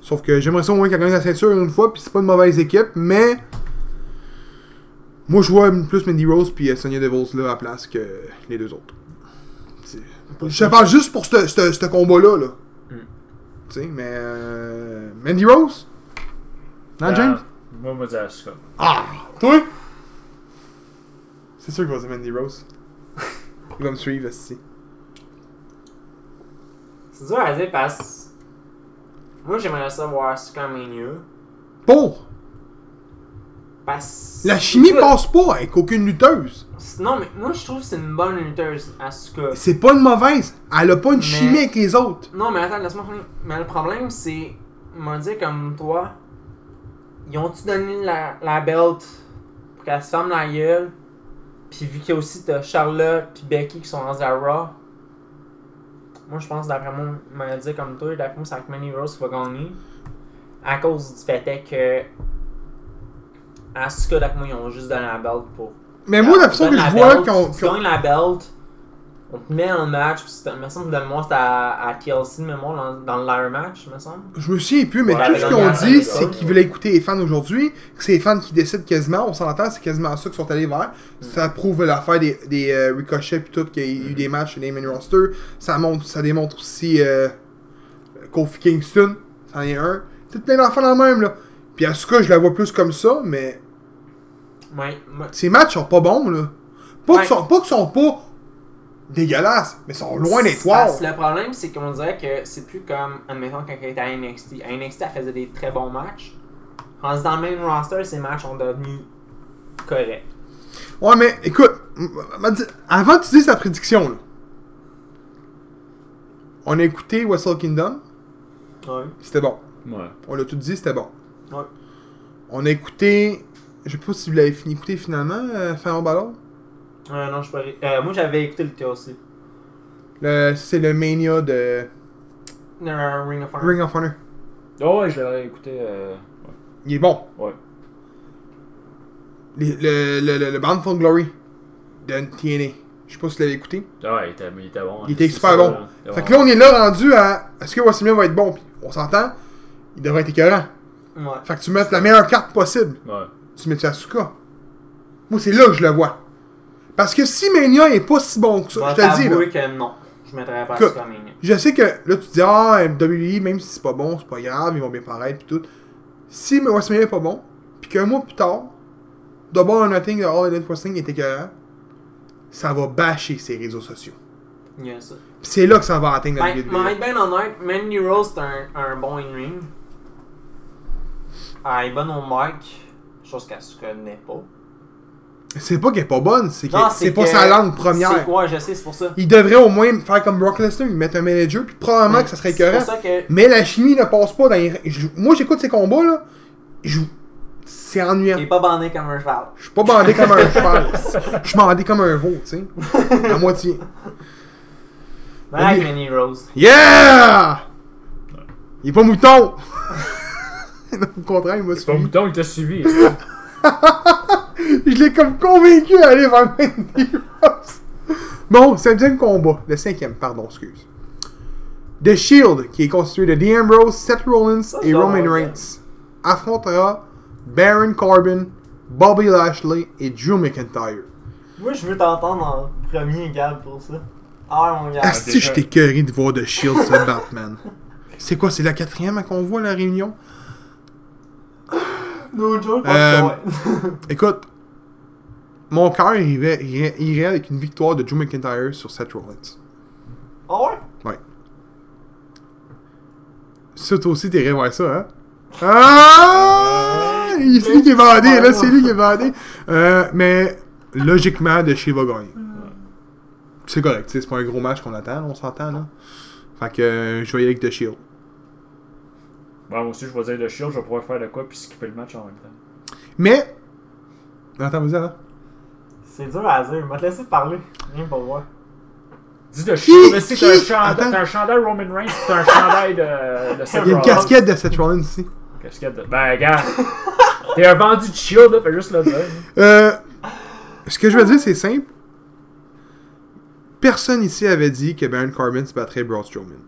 A: Sauf que j'aimerais ça au moins qu'elle gagne la ceinture une fois, puis c'est pas une mauvaise équipe, mais. Moi, je vois plus Mandy Rose puis euh, Sonia Devils là, à place que les deux autres. C'est- Je te parle juste pour ce- ce ce combat-là. Là.
B: Mm.
A: Tu sais, mais. euh, Mandy Rose Non,
C: Ah,
A: James
C: Moi, je me dis Asuka.
A: Ah Toi C'est sûr qu'il va dire Mandy Rose. Il va me suivre, ici.
D: C'est dur à dire parce que moi j'aimerais ça voir Asuka Mania.
A: Pour
D: Parce
A: La chimie
D: Écoute,
A: passe pas avec aucune lutteuse.
D: c'est- Non, mais moi je trouve que c'est une bonne lutteuse, Asuka.
A: C'est pas une mauvaise. Elle a pas une
D: Mais-
A: chimie avec les autres.
D: Non, mais attends, laisse-moi finir. Mais le problème, c'est. M'en dire comme toi. Ils ont-tu donné la, la belt pour qu'elle se ferme la gueule? Puis vu qu'il y a aussi t'as Charlotte puis Becky qui sont dans la Raw. Moi, je pense, d'après moi, m'en dire comme toi, d'après moi, c'est avec Manny Rose qui va gagner. À cause du fait est que. Asuka, d'après moi, ils ont juste donné la belt pour.
A: Mais moi, la
D: Tu
A: façon que
D: donnes
A: je vois
D: belt,
A: qu'on.
D: Tu
A: qu'on-
D: gagnes la belt, on te met en match, puis c'est- me semble que le c'était à, à TLC, de mémoire, dans, dans le ladder match, me semble.
A: Je me souviens plus, mais
C: Ouais,
A: tout
C: mais
A: ce
C: dans
A: qu'ils ont
C: le-
A: dit,
C: dans
A: c'est
C: le-
A: qu'ils voulaient écouter les fans aujourd'hui, que c'est les fans qui décident quasiment, on s'entend, c'est quasiment ça qu'ils sont allés vers. Ça
C: Mm.
A: prouve l'affaire des, des euh, ricochets puis tout, qu'il y a eu des matchs chez les main roster. Ça, montre, ça démontre aussi euh, Kofi Kingston, c'en est un. C'est plein d'enfants dans le même, là. Puis Asuka, je la vois plus comme ça, mais
D: Ouais, moi-
A: ces matchs sont pas bons, là. Pas
D: Ouais.
A: qu'ils sont pas, qu'ils sont pas dégueulasses, mais ils sont loin des toits.
D: Parce que Le problème, c'est qu'on dirait que c'est plus comme, admettons, quand elle était à NXT. À NXT, elle faisait des très bons matchs. En se dans le même roster, ces matchs sont devenus corrects.
A: Ouais, mais écoute, m- m- m- avant que tu dises ta prédiction, là, on a écouté Wrestle Kingdom,
D: Ouais.
A: c'était bon.
C: Ouais.
A: On l'a tout dit, c'était bon.
D: Ouais.
A: On a écouté, je sais pas si vous l'avez fini écouté finalement, euh, Fallon Ballon.
D: Euh, non, je pourrais. Euh, moi, j'avais écouté le TLC.
A: Le- C'est le mania de
D: Le Euh, Ring of Honor.
A: Ring of Honor.
C: Oh, ouais, je l'avais écouté. euh,
A: Il est bon.
C: Ouais. ouais.
A: Les- Le, le, le, le Boundful Glory de TNA. Je sais pas si vous l'avez écouté.
C: Ah ouais, il était, il était bon.
A: Il était
C: C'est
A: super
C: ça,
A: bon.
C: là. Il était
A: Fait que là,
C: bon.
A: on est là rendu à est-ce que WrestleMania va être bon? Puis on s'entend, il devrait être écœurant.
D: Ouais.
A: Fait que tu mets la meilleure carte possible.
C: Ouais.
A: tu mets Asuka. Moi, c'est là que je le vois. Parce que si Mania est pas si bon que ça,
D: Bon,
A: je te le dis, là,
D: t'avouer que non. Je mettrais pas
A: Écoute.
D: ça comme une.
A: je sais que là, tu dis, ah, WWE, même si c'est pas bon, c'est pas grave, ils vont bien paraître, pis tout. Si WrestleMania est pas bon, puis qu'un mois plus tard, d'abord un nothing de All Elite Wrestling est écœurant, ça va bâcher ses réseaux sociaux.
D: Il y a ça.
A: Pis c'est là que ça va atteindre la
D: Ben,
A: WWE.
D: mais être bien honnête, Mandy Rose, c'est un, un bon in-ring. Elle est bonne au mic, chose qu'elle se connaît pas.
A: C'est pas qu'elle est pas bonne, c'est que
D: Non,
A: c'est pas
D: que-
A: sa langue première.
D: c'est- Ouais, je sais, c'est pour ça.
A: Il devrait au moins faire comme Brock Lesnar, lui mettre un manager, puis probablement que ça serait
D: C'est
A: écœurant.
D: pour ça que.
A: Mais la chimie ne passe pas dans les... je- Moi, j'écoute ces combats, là. Je... C'est
D: Il
A: ennuyant.
D: est pas bandé comme un cheval.
A: Je suis pas bandé comme un cheval. Je suis bandé comme un veau, tu sais. À moitié.
D: Mais avec
A: Oui.
D: Mandy Rose.
A: Yeah! Il est pas mouton! Non, Au contraire, il m'a
C: Ton
A: suivi.
C: mouton, il t'a suivi. hein.
A: Je l'ai comme convaincu d'aller vers Mandy Rose. Bon, cinquième combat. Le cinquième, pardon, excuse. The Shield, qui est constitué de Dean Ambrose, Seth Rollins et
D: je
A: Roman
D: l'envoie.
A: Reigns, affrontera Baron Corbin, Bobby Lashley et Drew McIntyre.
D: Moi, je veux t'entendre en premier, Gab, pour ça. Ah, mon gars.
A: Asti,
C: déjà.
A: j'étais curé de voir The Shield se battre, man. C'est quoi, c'est la quatrième à qu'on voit la réunion?
D: No
A: Euh,
D: joke, parce que ouais.
A: Écoute, mon cœur irait, irait- irait avec une victoire de Drew McIntyre sur Seth Rollins.
D: Ah ouais?
A: Ouais. Ça, toi aussi, t'irais voir ça, hein? Ah! lui, c'est lui qui est bandé, là, c'est lui qui est bandé. Euh, mais logiquement, De Chez va gagner. C'est correct, tu sais, c'est pas un gros match qu'on attend, on s'entend, là. Fait que euh, je vais y aller avec De Chez.
C: Bon, moi aussi, je vais dire le shield, je vais pouvoir faire de quoi puis skipper le match en même temps.
A: Mais. Attends, vas-y, hein. avant.
D: C'est dur à dire, je vais te laisser parler. Viens pour voir.
C: Dis le shield, mais si
A: qui-
C: t'as un, chandail-
A: Attends.
C: t'as un chandail Roman Reigns pis t'as un chandail de, de Seth
A: Il y a une
C: Rollins.
A: casquette de Seth Rollins ici.
C: Casquette de... Ben, regarde. T'es un vendu de shield, là, fais juste le dire.
A: Euh, ce que je veux dire, c'est simple. Personne ici avait dit que Baron Corbin se battrait Braun Strowman.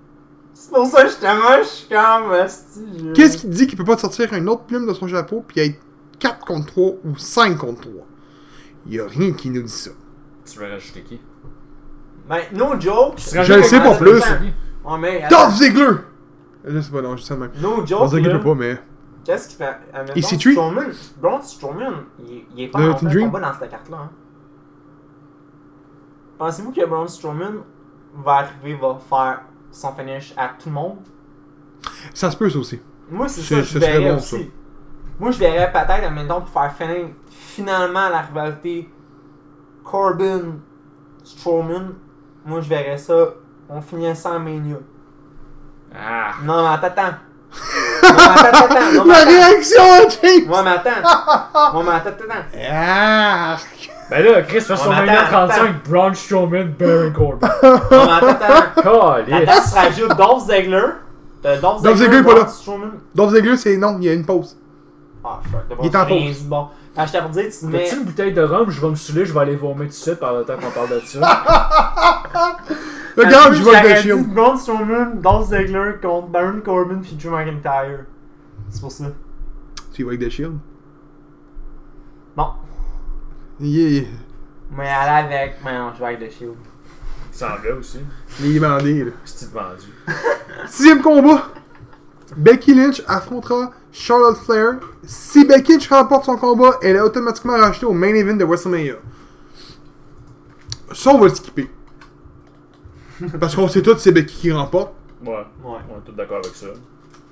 D: C'est pour ça que je te moche, je suis comme. hostie, je-
A: Qu'est-ce qui te dit qu'il peut pas te sortir une autre plume de son chapeau puis être 4 contre 3 ou 5 contre 3? Il y a rien qui nous dit ça.
D: Euh.
C: Tu veux rajouter qui?
D: Ben, no joke.
A: Je le sais pas plus.
D: Ouais, mais. attends,
A: Dolph Ziggler! Je sais pas, non, je dis ça de même.
D: No
A: On
D: joke.
A: dirait qu'il
D: là.
A: peut pas, mais...
D: Qu'est-ce qu'il fait
A: Il
D: s'est
A: situe.
D: Strowman, Braun Strowman, il, il est pas
A: Le
D: en fait
A: Dream.
D: combat dans cette carte-là. Hein. Pensez-vous que Braun Strowman va arriver, va faire son finish à tout le monde
A: Ça se peut, ça aussi.
D: Moi, c'est
A: C'est-
D: ça, je
A: ce serait
D: verrais
A: bon,
D: aussi.
A: ça.
D: Moi, je verrais peut-être, admettons, pour faire finir finalement la rivalité Corbin-Strowman. Moi, je verrais ça. On finit ça en Mania.
C: Ah.
D: Non, mais attends, attends. non, mais attends, attends. Non, mais
A: La
D: attends.
A: réaction à James!
D: Ouais, mais attends. Ouais, mais attends, attends, attends.
A: Arc!
C: Ben là, Chris, sur son
D: On attend,
C: 1h35, Braun Strowman, Baron Corbin.
D: Non, mais attends, attends. La
C: Calais.
D: date se rajoute Dolph Ziggler. T'as Dolph
A: Dolph Ziggler est
D: Ziggler,
A: pas là.
D: Braun Strowman.
A: Dolph Ziggler, c'est non, il y a une pause.
D: Ah, fuck, d'abord,
A: Il est en
D: j'ai rien
A: pause.
D: dit de Bon, Quand je t'ai redit, tu mets.
C: T'as-tu une bouteille de rhum? Je vais me saouler, je vais aller vomir tout de suite par le temps qu'on parle de ça.
A: Regarde, je vois
D: J'aurais
A: le
D: dit
A: Dachio.
D: Braun Strowman, Dolph Ziggler contre Baron Corbin puis Drew McIntyre. C'est pour ça.
A: Tu y vois avec The Shield?
D: Bon,
A: Il est...
D: mais aller avec. Mais non, je vais avec The Shield.
C: Ça en va aussi.
A: Il est bandé, là.
C: C'est vendu.
A: Sixième combat. Becky Lynch affrontera Charlotte Flair. Si Becky Lynch remporte son combat, elle est automatiquement rachetée au main event de WrestleMania. Ça, on va le skipper. Parce qu'on sait tous c'est Becky qui remporte.
C: Ouais.
D: Ouais.
C: On est tous d'accord avec ça.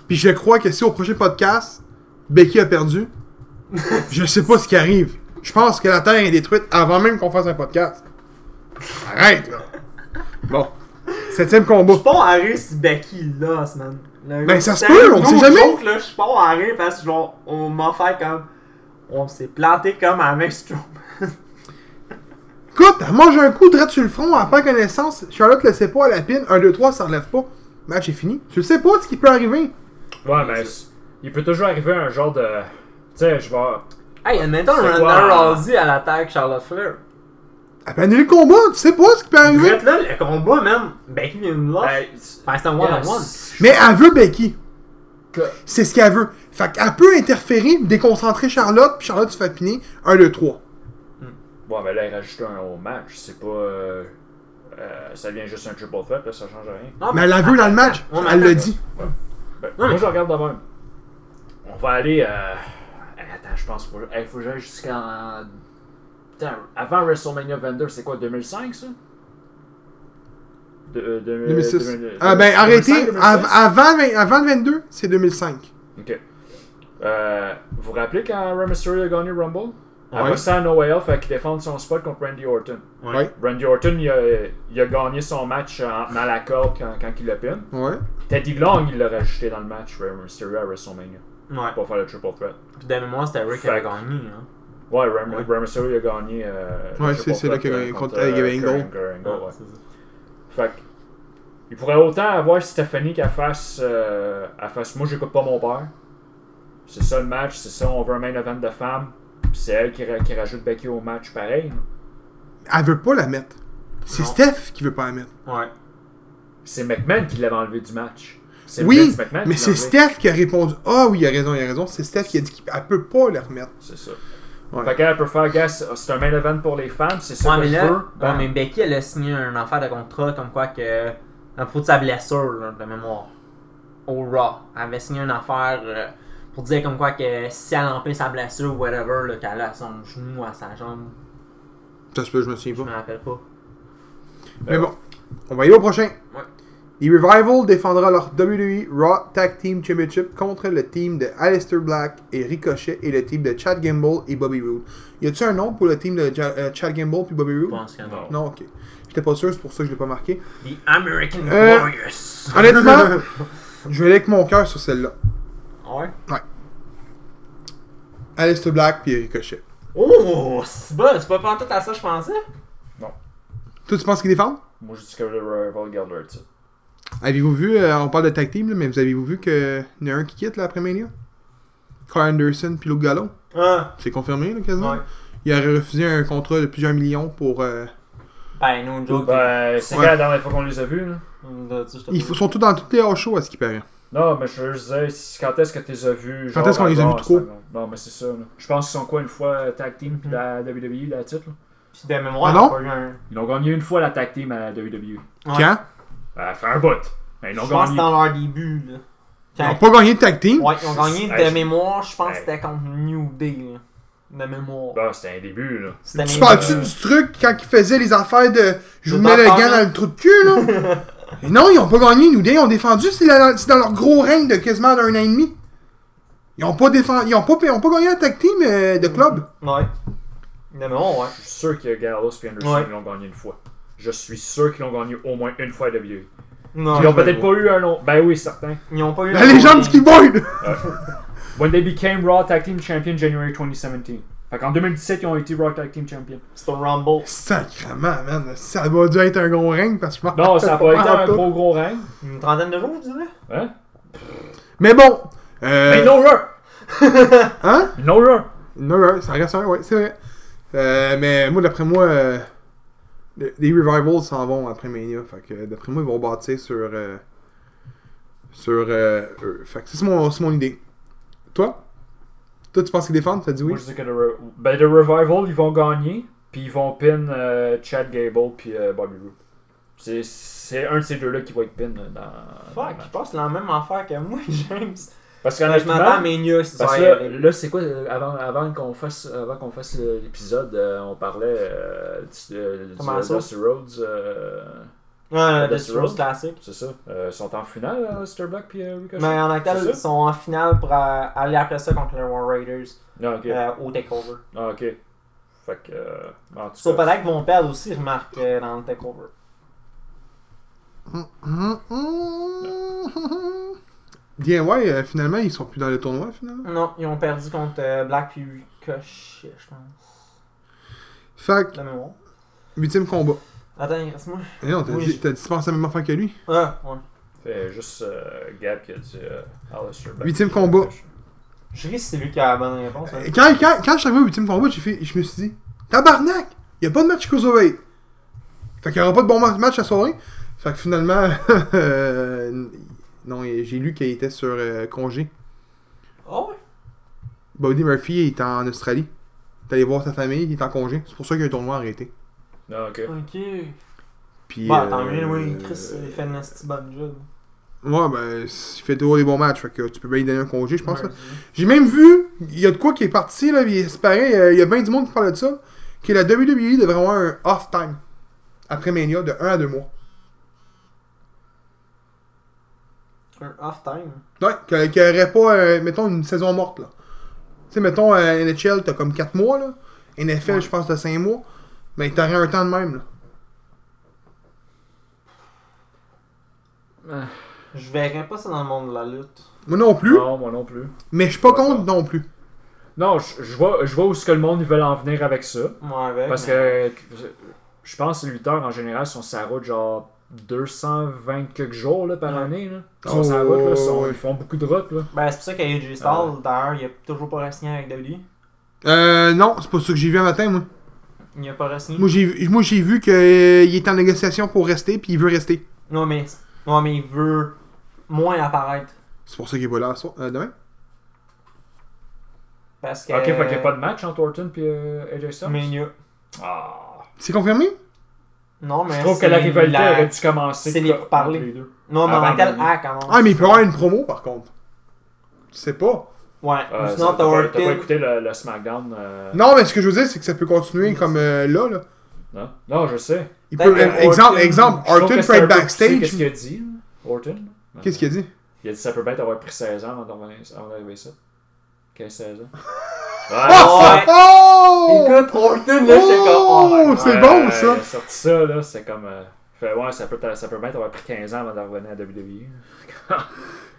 A: Puis je crois que si au prochain podcast, Becky a perdu, je sais pas ce qui arrive. Je pense que la Terre est détruite avant même qu'on fasse un podcast. Arrête, là. Bon. Septième combat.
D: Je suis pas à rire si Becky là, la semaine. Le
A: Ben, ça se peut,
D: sérieux,
A: on sait
D: no
A: jamais.
D: joke, là, je suis pas à rire parce que genre, on m'a fait comme. On s'est planté comme avec Strowman.
A: Écoute, elle mange un coup droit sur le front, elle perd connaissance. Charlotte le sait pas, à la pine. 1, 2, 3, ça relève pas. Match est fini. Tu le sais pas ce qui peut arriver.
C: Ouais, mais c'est- il peut toujours arriver un genre de. Tu sais, je vais.
D: Hey, admettons,
C: C'est
D: Ronda
C: quoi, hein?
D: Rousey à l'attaque Charlotte Flair.
A: Elle peut annuler le combat, tu sais pas ce qui peut
D: Vous
A: arriver.
D: êtes là, le combat, même. Becky vient de là.
C: Ben, c'est-
D: Ben, c'est un one-on-one.
C: Yes.
A: Mais elle veut Becky.
C: Que-
A: C'est ce qu'elle veut. Fait qu'elle peut interférer, déconcentrer Charlotte, puis Charlotte se fait piner. 1, 2, 3.
C: Bon, ben là, il rajoute un au match. C'est pas. euh, euh, ça vient juste un triple threat, là, ça change rien.
D: Non, ah,
A: Mais elle la veut dans le match.
D: Ouais, mais
A: Elle le
D: attends.
A: dit.
C: Ben,
D: Non,
C: moi,
D: mais-
C: je regarde de même. On va aller. Euh... hey, Attends, je pense. Il faut que j'aille jusqu'en. Attends, avant WrestleMania 22, c'est quoi, 2005 ça de, euh, de-
A: 2006.
C: 2000,
A: Ah ben
C: 2005,
A: arrêtez.
C: 2006.
A: Av- Avant vingt- avant le 22, c'est 2005.
C: Ok. Euh, vous vous rappelez quand Rey Mysterio a gagné le Rumble
A: Ouais.
C: Après ça, No Way Off, fait qu'il défend son spot contre Randy Orton.
A: Ouais.
C: Randy Orton, il a, il a gagné son match euh, en mal à corps quand, quand il l'a pin.
A: Ouais.
C: Teddy Long, il l'a rajouté dans le match, Rey Mysterio à WrestleMania,
D: Ouais.
C: pour faire le triple threat.
D: Puis de mémoire, c'était Rick qui avait gagné. Hein.
C: Ouais, Rey,
D: Ouais.
C: Rey Mysterio a gagné. euh, le
A: Ouais,
C: triple
A: c'est- c'est là
C: threat,
A: qu'il a
C: euh,
A: gagné contre, euh, Gary
C: Kurt
A: Angle.
C: Kurt Angle, ouais.
D: Ouais, c'est ça.
C: Fait que, il pourrait autant avoir Stephanie qu'elle fasse, euh, elle fasse Moi, j'écoute pas mon père. C'est ça le match, c'est ça, on veut un main event de femmes. Puis c'est elle qui, ra- qui rajoute Becky au match, pareil.
A: Elle veut pas la mettre. C'est
D: Non.
A: Steph qui veut pas la mettre.
D: Ouais.
C: C'est McMahon qui l'avait enlevé du match. C'est
A: Oui,
C: Vince McMahon qui
A: mais
C: l'a
A: c'est
C: enlevé.
A: Steph qui a répondu Ah oui, il a raison, il a raison. C'est Steph qui a dit qu'elle peut pas le remettre.
C: C'est ça.
A: Ouais.
C: Fait qu'elle peut faire, gars, c'est c'est un main event pour les femmes, c'est ça
D: Ouais,
C: que
D: mais
C: je
D: là,
C: veux. Ben,
D: ouais, mais Becky, elle a signé un affaire de contrat comme quoi que. À propos de sa blessure, là, de mémoire. Au Raw. Elle avait signé une affaire euh, pour dire comme quoi que si elle empêche sa blessure ou whatever, là, qu'elle a son genou à sa jambe.
A: Ça se peut, je me souviens
D: Je
A: pas.
D: me rappelle pas.
C: Ben
A: Mais bon, on va y aller au prochain. The Revival défendra leur WWE Raw Tag Team Championship contre le team de Aleister Black et Ricochet et le team de Chad Gimble et Bobby Roode. Y a-tu un nom pour le team de Ja- euh, Chad Gimble puis Bobby
B: Je
A: Roode?
B: pense qu'il y en a.
D: Non.
A: Non, ok. J'étais pas sûr, c'est pour ça que je l'ai pas marqué.
B: The American
A: Euh,
B: Warriors.
A: Honnêtement, je vais aller avec mon cœur sur celle-là.
C: Ah
D: Ouais.
A: Aleister Black puis Ricochet.
D: Oh, c'est bon, c'est pas pantoute à ça, je pensais.
A: Toi, tu penses qu'ils défendent?
C: Moi, je dis que le Revival garde leur titre.
A: Avez-vous vu, euh, on parle de tag team, là, mais vous avez-vous vu qu'il y en a un qui quitte là, après Mania? Carl Anderson puis Luke Gallo.
D: Ah,
A: C'est confirmé, là, quasiment.
D: Ouais.
A: Il aurait refusé un contrat de plusieurs millions pour... euh,
D: ben, no joke.
C: Ben, c'est
A: Ouais.
C: quand la dernière fois qu'on les a vus, là?
D: De- tu sais, je te-
A: Ils f- sont tous dans toutes les hors shows, à ce qui paraît.
C: Non, mais je veux juste dire, si- quand est-ce que tu les as vus?
A: Quand
C: genre,
A: est-ce qu'on les a
C: avant,
A: vus trop?
C: c'est pas grave. Non, mais c'est ça, là. Je pense qu'ils sont quoi, une fois euh, tag team, puis la
A: Mhm.
C: WWE, la titre, là?
D: Puis de mémoire,
A: Ah non?
D: j'ai pas eu un.
C: Ils ont gagné une fois la tag team à la WWE.
D: Ouais.
A: Quand?
C: Ça fait un bout. Mais ils
D: Je pense
C: l'ont
D: que
C: gagné.
D: c'était dans leur début, là.
A: Ils n'ont
D: Quand-
A: pas gagné de tag team.
D: Ouais, ils ont gagné
C: Hey,
D: de
C: je-
D: mémoire, je pense
C: Hey.
D: que c'était contre New Day, là. De mémoire.
C: Bah, c'était un début, là.
D: C'était
A: Tu
D: mes-
A: parles-tu
C: euh,
A: du truc quand ils faisaient les affaires de je vous
D: Je
A: mets le
D: t'entends,
A: gant
D: là.
A: dans le trou de cul, là? Mais non, ils ont pas gagné, nous, ils ont défendu, c'est la- c'est dans leur gros règne de quasiment d'un an et demi. Ils ont pas défendu, ils ont pas, ils ont pas gagné un tag team euh, de club.
D: Ouais. De mémoire, ouais.
C: Je suis sûr que Gallows et Anderson
D: Ouais.
C: ils l'ont gagné une fois. Je suis sûr qu'ils l'ont gagné au moins une fois à WWE.
A: Ah,
D: Non,
C: E. ils ont
D: ils
C: peut-être pas eu un long. Ben oui, certain.
D: ont pas eu.
A: La
D: un-
A: légende du keyboard!
C: When they became Raw Tag Team Champion January 2017. Fait qu'en 2017, ils ont été Raw Tag Team Champion.
D: C'est au Rumble.
A: Sacrement, man, ça doit dû être un gros règne parce que je m'en
C: Non, ça a pas
A: rappelle
C: été un
A: en tout.
C: gros gros règne.
D: Une trentaine de jours, je dirais.
C: Hein?
A: Mais bon, euh,
C: Mais no run!
A: hein?
C: No run!
A: Non, ouais, ça reste un, ouais, c'est vrai. Euh, mais moi, d'après moi, euh, le- les Revivals s'en vont après Mania. Fait que d'après moi, ils vont bâtir sur. euh, sur. euh, eux. Fait que c'est mon, c'est mon idée. Toi Toi, tu penses qu'ils défendent T'as dit oui
C: Moi, je dis que le, Re- ben, le Revival, ils vont gagner, puis ils vont pin euh, Chad Gable puis euh, Bobby Roode. C'est- C'est un de ces deux-là qui va être pin euh, dans. dans le
D: Fuck,
C: match.
D: je pense que c'est la même affaire que moi, James.
C: Parce
D: Je
C: qu'honnêtement,
D: m'attends à mes niais, si tu
C: Parce
D: vas
C: que
D: y
C: là,
D: aller.
C: là, c'est quoi, euh, avant, avant qu'on fasse, avant qu'on fasse euh, l'épisode, euh, on parlait euh, du, euh, du
D: Comment ça?
C: Dusty Rhodes, euh,
D: Ouais,
C: Dusty
D: Dusty Rose
C: Rhodes.
D: classique.
C: c'est ça. Euh, ils sont en finale, euh, Star Black puis euh, Ricochet.
D: Mais en actuel,
C: C'est ça?
D: ils sont en finale pour euh, aller après ça contre les War Raiders
C: Ah, ok.
D: euh, au Takeover.
C: Ah, ok. Fait que, euh, en tout
D: So,
C: cas,
D: peut-être qu'ils vont perdre aussi, remarque, euh, dans le Takeover.
A: Hum, hum. Bien, ouais, euh, finalement, ils sont plus dans le tournoi, finalement.
D: Non, ils ont perdu contre euh, Black puis Ricochet, je pense.
A: Fait que,
D: De mémoire.
A: huitième combat.
D: Attends, il reste moi.
A: Et non, t'as
D: Oui,
A: dit,
D: je-
A: t'as dit, tu penses à la même affaire que lui
D: Ah, ouais.
C: c'est juste euh, Gab qui a dit euh, Aleister Black.
A: Huitième combat.
D: Je sais pas si c'est lui qui a la bonne réponse. hein.
A: Euh, Quand, quand, quand je suis arrivé au 8 combat, j'ai fait, je me suis dit, tabarnak, il n'y a pas de match cruiserweight. Fait qu'il n'y aura pas de bon ma- match à soirée. Fait que finalement, euh, non, et j'ai lu qu'il était sur euh, congé.
D: Ah ouais?
A: Bobby Murphy est en Australie. T'es allé voir sa famille, il est en congé. C'est pour ça qu'il y a un tournoi arrêté.
C: Non, Ah, ok.
D: Ok.
A: Puis,
D: Bah, tant
A: euh,
D: mieux, oui. Chris, il fait une nasty bonne job.
A: Ouais, ben, il fait toujours des bons matchs. Fait que tu peux bien lui donner un congé, je pense. là.
D: Merci.
A: J'ai même vu, il y a de quoi qui est parti, là, puis c'est pareil, euh, il y a bien du monde qui parle de ça, que la WWE devrait avoir un off-time après Mania de 1 à 2 mois.
D: Un off-time.
A: Ouais, que- qu'il n'y aurait pas, euh, mettons, une saison morte, là. Tu sais, mettons, euh, NHL, t'as comme 4 mois, là. NFL,
D: Ouais.
A: je pense, t'as 5 mois. Mais t'aurais un temps de même, là.
D: Je verrais pas ça dans le monde de la lutte.
A: Moi non plus,
C: Non, moi non plus.
A: mais je suis pas
C: Ouais,
A: contre
C: ouais.
A: non plus.
C: Non, je je vois, je vois où ce que le monde ils veulent en venir avec ça.
D: Moi avec.
C: Parce que
D: mais-
C: euh, je pense que les lutteurs en général sont sur la route genre 220 quelques jours là, par
D: Ouais.
C: année. Là. Ils
A: Oh,
C: sont sur la route, là, sont-
A: ouais.
C: ils font beaucoup de routes. Là.
D: Ben, c'est pour ça qu'AJ Styles,
C: Ah.
D: d'ailleurs, il a toujours pas re-signé avec WWE.
A: Euh, non, c'est pas ça que j'ai vu un matin, moi.
D: Il a pas re-signé.
A: Moi, j'ai vu- moi, j'ai vu qu'il est en négociation pour rester, puis il veut rester.
D: Non, mais, non, mais il veut moins apparaître.
A: C'est pour ça qu'il est pas là so- euh, demain.
D: Parce que.
C: Ok, fait qu'il n'y a pas de match entre Orton et AJ Styles.
D: Euh, Mais il y a-
C: Ah.
A: C'est confirmé?
D: Non, mais.
C: Je trouve que
D: c'est
C: la rivalité
D: la-
C: aurait dû commencer
D: c'est les
C: entre
D: pourparlers.
C: les deux.
D: Non, mais
C: Ah, ben,
D: en quel
C: ben,
D: hack, quand même.
A: Ah, mais il peut y avoir une promo, par contre. Je sais pas.
D: Ouais,
C: Euh,
D: ou
C: ça,
D: sinon t'as
C: T'as pas- t'as pas
D: Orton.
C: écouté le, le SmackDown euh,
A: Non, mais ce que je veux dire, c'est que ça peut continuer comme euh, là, là.
C: non? Non, je sais.
A: Il peut,
D: Ben,
A: exemple,
D: Orton-
A: exemple,
C: Je trouve
A: Orton
C: que
A: peut
C: c'est un
A: être
C: peu poussé,
A: backstage.
C: Qu'est-ce qu'il a dit Orton.
A: Qu'est-ce qu'il a dit
C: Il a dit ça peut bien avoir pris 16 ans avant d'arriver- avant d'arriver ça. 15-16 ans.
D: Ah, ouais.
A: Oh
D: Écoute, Orton, là, j'étais comme. Oh,
A: Oh,
D: ouais.
A: c'est bon ça
C: Il a sorti ça, là, c'est comme. euh, fait, ouais, ça peut, t'a- ça peut bien avoir pris 15 ans avant d'en revenir à E. WWE.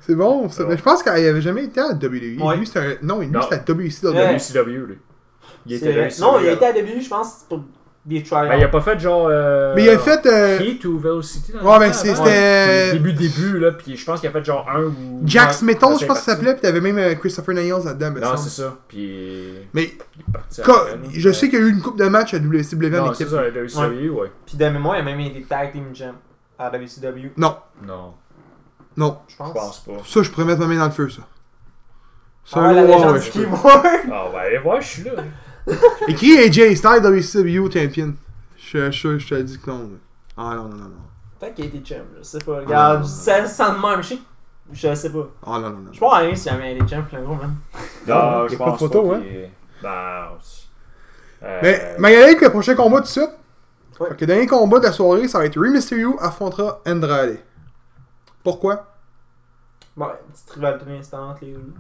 A: C'est bon ça. Mais je pense qu'il avait jamais été à WWE.
D: Ouais.
A: Lui, c'était un... Non, lui,
C: Non.
A: c'était à WCW.
D: Ouais.
C: WCW, lui. Il
D: C'est
C: était
D: vrai.
C: là.
D: Non, il a
C: était
D: été à début, je pense, pour des trials.
C: Ben, il a pas fait genre. euh,
A: Mais il a fait. euh,
C: Heat ou Velocity dans le
A: Ouais, ben,
C: temps,
A: c'est-
C: avant?
A: c'était- euh,
C: Début, début, là. Puis je pense qu'il a fait genre un ou.
A: Jack
C: Ouais.
A: Smeton,
C: Ça,
A: je
C: c'est
A: pense que ça
C: parti.
A: s'appelait, puis t'avais même euh, Christopher Niles là-dedans. me
C: Non,
A: semble.
C: c'est ça. Puis.
A: Mais
C: il est parti
A: quand-
C: après, là.
A: je sais qu'il y a eu une coupe de matchs à WCW en
C: Non, c'est
A: équipe.
C: ça, la WCW, E, ouais.
D: Puis de mémoire, il a même été tag team champ à WCW,
A: Non,
C: Non,
A: non.
D: je
C: je
D: pense.
C: pense pas.
A: Ça, je pourrais mettre ma main dans le feu, ça. Ça,
D: Ah, la
A: ouais,
D: légende
A: ouais,
D: du
A: je peux.
D: keyboard.
C: Ah, ben, allez voir, je suis là.
A: Écris AJ Styles WCW Champion. Je suis sûr, je te dis que non. là. Ah non, non, non, non.
D: Peut-être qu'il a été champ, je sais pas.
C: Mm.
D: Regarde, je dis ça ça de même, je sais. Je sais pas.
A: Ah non, non, non.
D: Je peux en aller s'il jamais été champ, le gros, man.
A: Non,
C: Non,
A: il y
C: je
A: a pas de
C: pense
A: photo,
C: pas
A: hein?
C: qu'il est- Ben, on- euh,
A: Mais, mais avec le prochain combat tout de suite.
D: Ouais.
A: Fait que le dernier combat de la soirée, ça va être Rey Mysterio affrontera Andrade. Pourquoi
D: Bon, petite rivalité instante, les deux.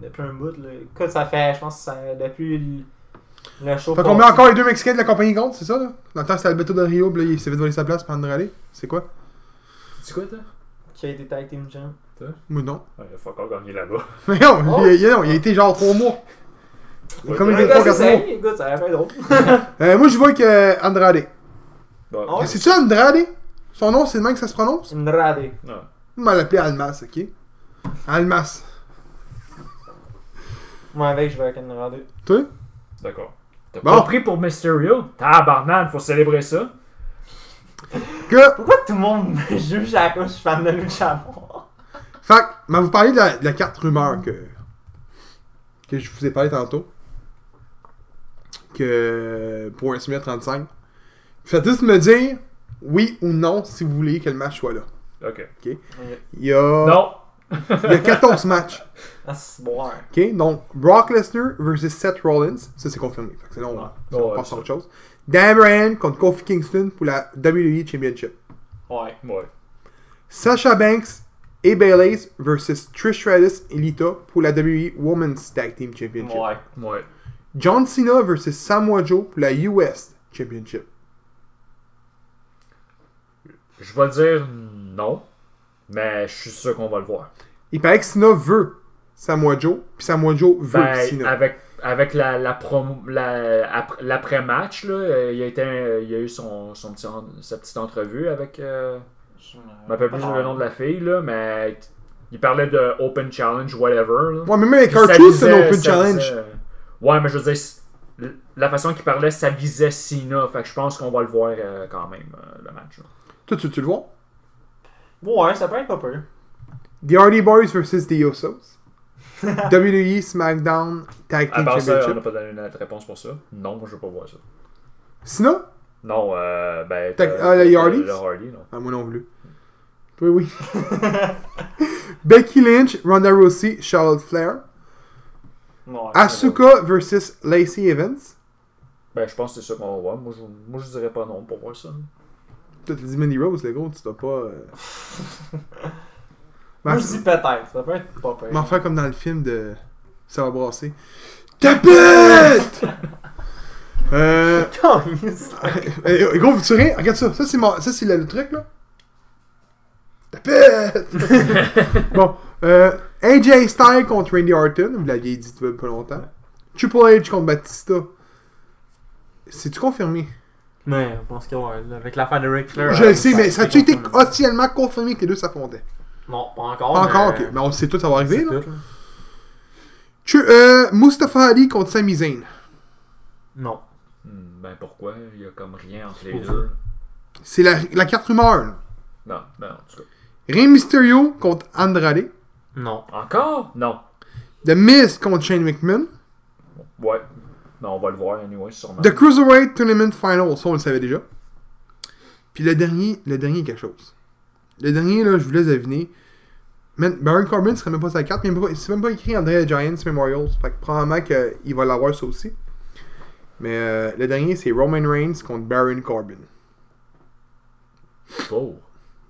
D: Depuis un bout, là. Écoute, ça fait, je pense, que ça, depuis le, le show.
A: Fait qu'on met encore les deux Mexicains de la compagnie contre, c'est ça là Dans le temps, c'était Alberto Del Rio, puis là, il s'est fait voler sa place par Andrade. C'est quoi
C: C'est quoi, toi?
D: Qui a été tag team champ.
A: Ou non
C: Ouais, Il a fuck all gagné là-bas.
A: Mais non,
D: Oh.
A: il, il- non, il a été genre 3 mois.
C: Ouais,
A: Comme il
C: ouais.
A: est
D: Regarde,
A: 3
D: c'est
A: 4 mois.
D: ça, écoute, ça va être drôle.
A: Euh, moi, je vois que Andrade.
C: Bon,
D: Oh.
A: C'est tu Andrade Son nom, c'est le même que ça se prononce
D: Une radée.
C: non.
A: On va l'appeler Almas, ok Almas.
D: Moi, avec, je vais avec une radée.
A: Toi
C: D'accord. T'as
A: Bon.
C: pas pris pour Mysterio? Tabarnak, faut célébrer ça.
A: Que
D: Pourquoi tout le monde me juge à cause que je suis fan de Lucha Noir?
A: Fait que, mais vous parlez de la, de la carte rumeur que, que je vous ai parlé tantôt. Que pour un SMIA 35. Faites juste me dire oui ou non si vous voulez que le match soit là.
C: Ok.
A: Il y a,
C: Non.
A: il y a 14 matchs.
D: Ah, c'est boire.
A: ok Donc, Brock Lesnar versus Seth Rollins. Ça, c'est confirmé. Fait que c'est long.
D: Ouais.
A: sinon, on
C: Ah, Ouais,
A: passe à
C: ça.
A: autre chose. Dan Bryan contre Kofi Kingston pour la WWE Championship.
D: Ouais.
C: Ouais.
A: Sasha Banks et Bayley versus Trish Stratus et Lita pour la WWE Women's Tag Team Championship.
D: Ouais.
C: Ouais.
A: John Cena versus Samoa Joe pour la US Championship.
C: Je vais dire non. Mais je suis sûr qu'on va le voir.
A: Il paraît que Cena veut Samoa Joe, puis Samoa Joe veut
C: Ben,
A: Cena.
C: avec, avec la, la promo- la- après- l'après-match, là, euh, il, a été, euh, il a eu son, son petit en- sa petite entrevue avec. euh,
D: Je
C: je m'appelle plus le nom de la fille, là, mais il parlait de Open Challenge, whatever. là.
A: Ouais, mais même avec
C: Puis ça
A: Cartouche, c'est
C: visait-
A: non plus de
C: ça
A: challenge.
C: visait- Ouais, mais je veux dire, l- la façon qu'il parlait, ça visait Cena. Fait que je pense qu'on va le voir euh, quand même, euh, le match. là.
A: Toi, tu, tu le vois.
D: Ouais, ça peut être pas peur.
A: The Hardy Boys versus The Usos. WWE SmackDown Tag
C: À
A: Team
C: part ça, on n'a
A: Championship.
C: pas donné notre réponse pour ça. Non, moi, je veux pas voir ça.
A: Cena
C: Non, euh, ben.
A: T'as-
C: t'as-
A: ah, les
C: t'as-
A: Hardys?
C: Le Hardy, non.
A: Ah, moi non plus. Oui, oui. Becky Lynch, Ronda Rousey, Charlotte Flair.
D: Ouais.
A: Ah, Asuka versus Lacey Evans.
C: Ben, je pense que c'est ça qu'on va voir. Moi je, moi, je dirais pas non pour voir ça.
A: Toi, t'as dit Mandy Rose, le gros, tu t'as pas. euh, Bah,
D: Moi, je dis peut-être. Ça peut être pas peur.
A: M'en faire comme dans le film de. Ça va brasser. Tapette! euh. euh, gros, vous tirez? Regarde ça. Ça, c'est mon- ça, c'est le, le truc, là. Tapette! bon. Euh, AJ Styles contre Randy Orton. Vous l'aviez dit il y a pas longtemps. Triple H contre Batista. C'est-tu confirmé?
D: Mais je pense que ouais, avec l'affaire de Ric Flair.
A: Je
D: euh,
A: le sais, mais ça a-tu été
D: confirmé.
A: officiellement confirmé que les deux s'affrontaient?
D: Non, pas encore.
A: Pas
D: mais-
A: encore, ok. Mais on sait tout, ça va arriver,
D: C'est
A: là.
D: tout, là.
A: Tu- euh, Mustafa Ali contre Sami Zayn.
D: Non.
C: Hmm, Ben, pourquoi Il y a comme rien entre les
D: Pour
C: deux.
A: C'est la, la carte rumeur, là.
C: Non, ben, en tout cas.
A: Rey Mysterio contre Andrade.
D: Non.
C: Encore Non.
A: The Miz contre Shane McMahon.
C: Ouais. Non, on va le voir, anyway, sûrement.
A: The Cruiserweight Tournament Final. Ça, on le savait déjà. Puis le dernier, le dernier est quelque chose. Le dernier, là, je vous laisse deviner. Man, Baron Corbin serait même pas sa carte. mais même pas- C'est même pas écrit André the Giants Memorials. Fait que probablement qu'il va l'avoir ça aussi. Mais euh, le dernier, c'est Roman Reigns contre Baron Corbin.
C: Oh.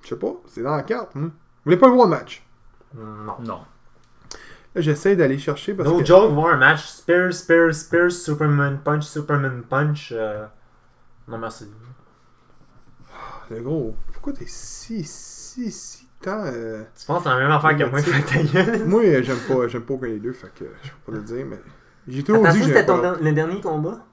A: Je Je sais pas, c'est dans la carte. moi. Vous voulez pas le voir le match?
B: Non.
C: Non.
A: Là, j'essaie d'aller chercher parce
B: No
A: que.
B: joke, voir un match Spear, Spear, Spear, Superman Punch, Superman Punch. euh, Non, merci.
A: Le gros, pourquoi t'es si, si, si tant. euh,
B: Tu penses la même affaire que moi,
A: Négatif.
B: Fatayen?
A: Moi, euh, j'aime pas, j'aime pas aucun des deux, fait que je peux pas le dire, mais. J'ai toujours
D: Attends, ça,
A: dit que j'aimais
D: c'était
A: pas
D: ton
A: l'autre.
D: der- le dernier combat?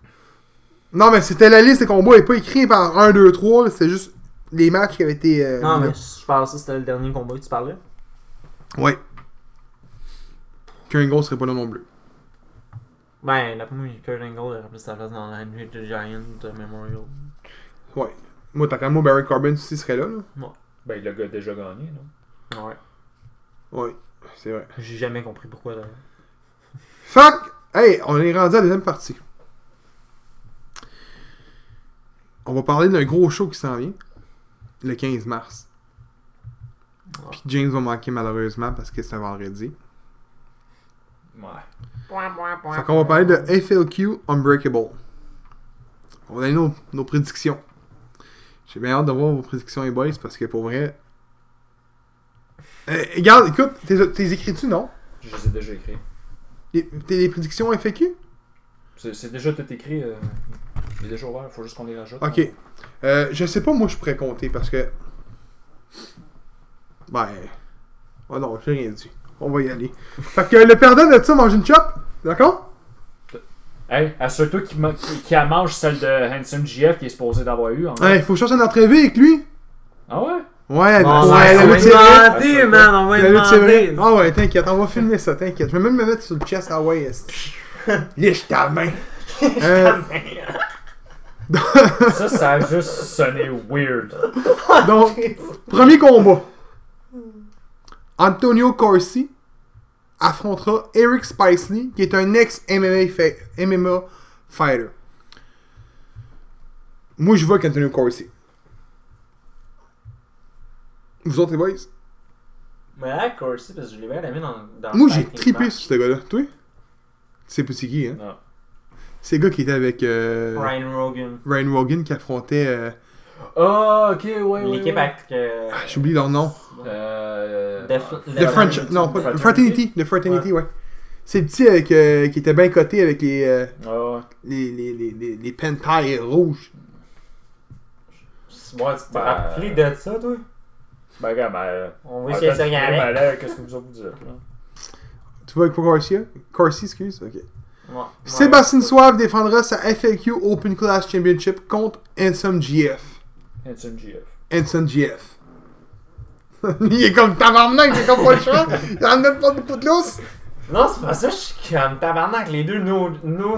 A: Non, mais c'était la liste des combats, et pas écrit par 1, 2, 3, c'était juste les matchs qui avaient été. euh,
D: Non,
A: mis
D: mais je parle ça, c'était le dernier combat que tu parlais.
A: là. Ouais. Qu'un gros serait pas là non plus.
D: Ben, d'après moi, Kurt Angle
B: euh,
D: aurait plus sa place dans la Henry the Giant euh, Memorial.
A: Ouais. Moi, t'as quand même Barry Corbin aussi serait là, là.
C: Ben, le gars a déjà gagné, non?
D: Ouais.
A: Ouais, c'est vrai.
D: J'ai jamais compris pourquoi, d'ailleurs.
A: Fuck! Hey, on est rendu à la deuxième partie. On va parler d'un gros show qui s'en vient. Le 15 mars. Puis James va manquer malheureusement parce que c'est un vendredi.
C: Ouais.
A: Fait qu'on va parler de FLQ Unbreakable. On a nos, nos prédictions. J'ai bien hâte de voir vos prédictions, les boys, parce que pour vrai. Euh, regarde, écoute, t'es t'es écris-tu, non
C: Je les ai déjà écrits.
A: Les- T'es les prédictions FAQ
C: C'est c'est déjà tout écrit. euh, Il est déjà ouvert, faut juste qu'on les rajoute.
A: Ok. Euh, je sais pas, moi, je pourrais compter parce que. Ben. Oh non, j'ai rien dit. On va y aller. Fait que le perdant de ça mange une chope. D'accord?
C: Hey, assure-toi qu'il ma- qu'il- qu'il la mange celle de Handsome GF qui est supposé d'avoir eu. en
A: Ouais, faut que je cherche une entrevue avec lui.
C: Ah ouais?
A: Ouais,
B: Non, non,
A: ouais,
B: ben, on va
A: la lutte,
B: y
A: c'est vrai.
B: demander, man, on va y
A: La lutte, c'est vrai.
B: demander.
A: Ah ouais, t'inquiète, on va filmer ça, t'inquiète. Je vais même me mettre sur le chest, ah ouais. esti. Liche ta main. Euh,
C: Ça, ça a juste sonné weird.
A: donc, premier combat. Antonio Corsi affrontera Eric Spicely, qui est un ex-MMA fa- MMA fighter. Moi, je vois qu'Antonio Corsi. Vous autres, les boys?
D: Mais là, Corsi, parce que je l'ai bien aimé dans. dans
A: Moi,
D: le
A: j'ai
D: tag team
A: trippé
D: match.
A: sur ce gars-là. Toi? C'est petit qui, hein?
C: Non.
A: C'est le gars qui était avec... euh,
D: Ryan Rogan.
A: Ryan Rogan qui affrontait. euh,
C: Ah, ok, ouais, ouais.
D: L'équipe
C: ouais.
D: avec. euh,
A: ah, J'oublie leur nom.
C: Euh.
D: Def-
A: The
D: La
A: French.
D: Fraternity.
A: Non, pas
C: Fraternity.
A: Fraternity. The Fraternity, ouais. C'est le petit avec, euh, qui était bien coté avec les, euh,
C: Ah ouais.
A: les, les, les, les, les pentai rouges.
D: Ouais, tu t'es
C: Ben,
D: rappelé de ça, toi?
C: Ben, regarde, ben. euh,
D: On voit
C: attends,
D: si y a ça, il y en
C: ben,
D: a.
C: là, Qu'est-ce que vous autres vous dites? là?
A: Tu vois avec quoi Corsi Corsi, excuse. Ok.
D: Ouais. Ouais.
A: Sébastien Soave défendra sa FAQ Open Class Championship contre Handsome GF.
C: Handsome GF.
A: Handsome GF. il est comme tabarnak, j'ai comme pas le choix. Il en donne pas beaucoup de lousse.
D: Non, c'est pas ça, je suis comme tabarnak, les deux, no, no,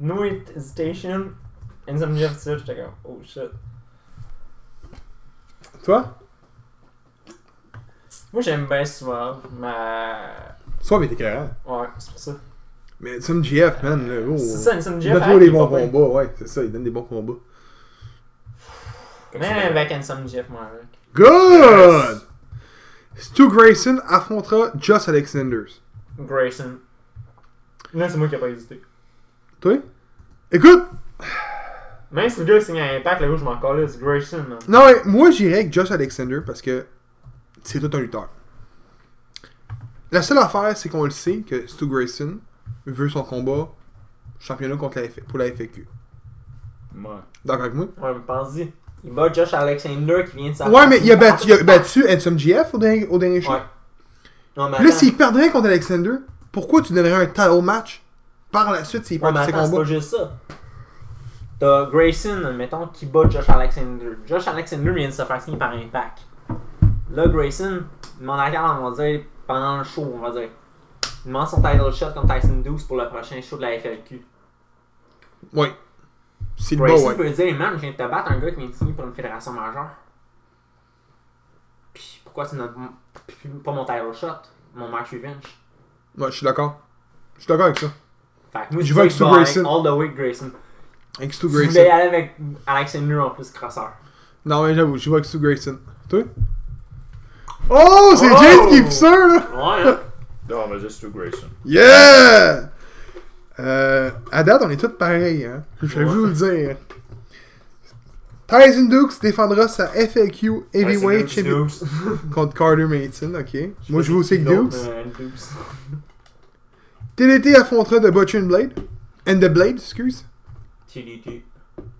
D: no hesitation, and some Jeff Sid, j'étais comme, oh shit.
A: Toi
D: Moi j'aime bien Suave, mais.
A: Soave était carré.
D: Ouais, c'est pour ça.
A: Mais Handsome GF, man, le gros.
D: C'est ça, Ensom
A: Il
D: Jeff.
A: donne toujours des bons combats, ouais, c'est ça, il donne des bons combats.
D: Même avec Ensom Jeff, moi, avec.
A: Good! Stu Grayson affrontera Josh Alexander.
D: Grayson. Là, c'est moi qui ai pas hésité.
A: Toi? Écoute!
D: Même si le gars signe à Impact, le gars, je m'en calisse, Grayson, man.
A: Non, mais moi j'irais avec Josh Alexander parce que c'est tout un lutteur. La seule affaire, c'est qu'on le sait que Stu Grayson veut son combat championnat contre la F- pour la FAQ.
C: Ouais.
A: D'accord avec moi?
D: Ouais, mais pense-y. Il bat Josh Alexander qui vient de sa
A: Ouais, mais il a battu, il a battu Handsome GF au dernier, au dernier show.
D: Ouais. Non, mais
A: Là,
D: attends.
A: s'il perdrait contre Alexander, pourquoi tu donnerais un title match par la suite s'il
D: Ouais, mais
A: perd ses
D: attends, c'est pas
A: combats?
D: juste ça. T'as Grayson, mettons, qui bat Josh Alexander. Josh Alexander vient de se faire signer par Impact. Là, Grayson, il demande à Carl, on va dire, pendant le show, on va dire. Il demande son title shot comme Tyson 12 pour le prochain show de la FLQ.
A: Ouais. C'est le
D: Grayson
A: bas, ouais.
D: peut dire, man, je viens de te battre un gars qui vient de signer pour une fédération majeure. Puis pourquoi tu n'as puis pas mon title shot, mon match revenge?
A: Ouais, je suis d'accord. Je suis d'accord avec ça.
D: Fait que moi,
A: Je
D: je
A: vais avec
D: dis,
A: Stu
D: bye,
A: Grayson.
D: All the way Grayson.
A: Avec Stu
D: Tu
A: Grayson.
D: voulais aller avec Alexander en plus, crosseur.
A: Non, mais j'avoue, je vois avec Stu Grayson. Toi Oh, c'est
D: Oh!
A: James qui est sûr, là
D: Ouais, hein?
C: Non, mais juste Stu Grayson.
A: Yeah Euh, à date, on est tous pareils, hein. Je vais vous le dire. Tyson Dukes défendra sa FAQ Heavyweight
F: Heavyweight
A: Championship contre Carter Maidson, ok. Moi, je vais aussi avec Dukes.
D: euh,
A: TDT affrontera The Butcher and Blade. And the Blade, excuse.
D: TDT.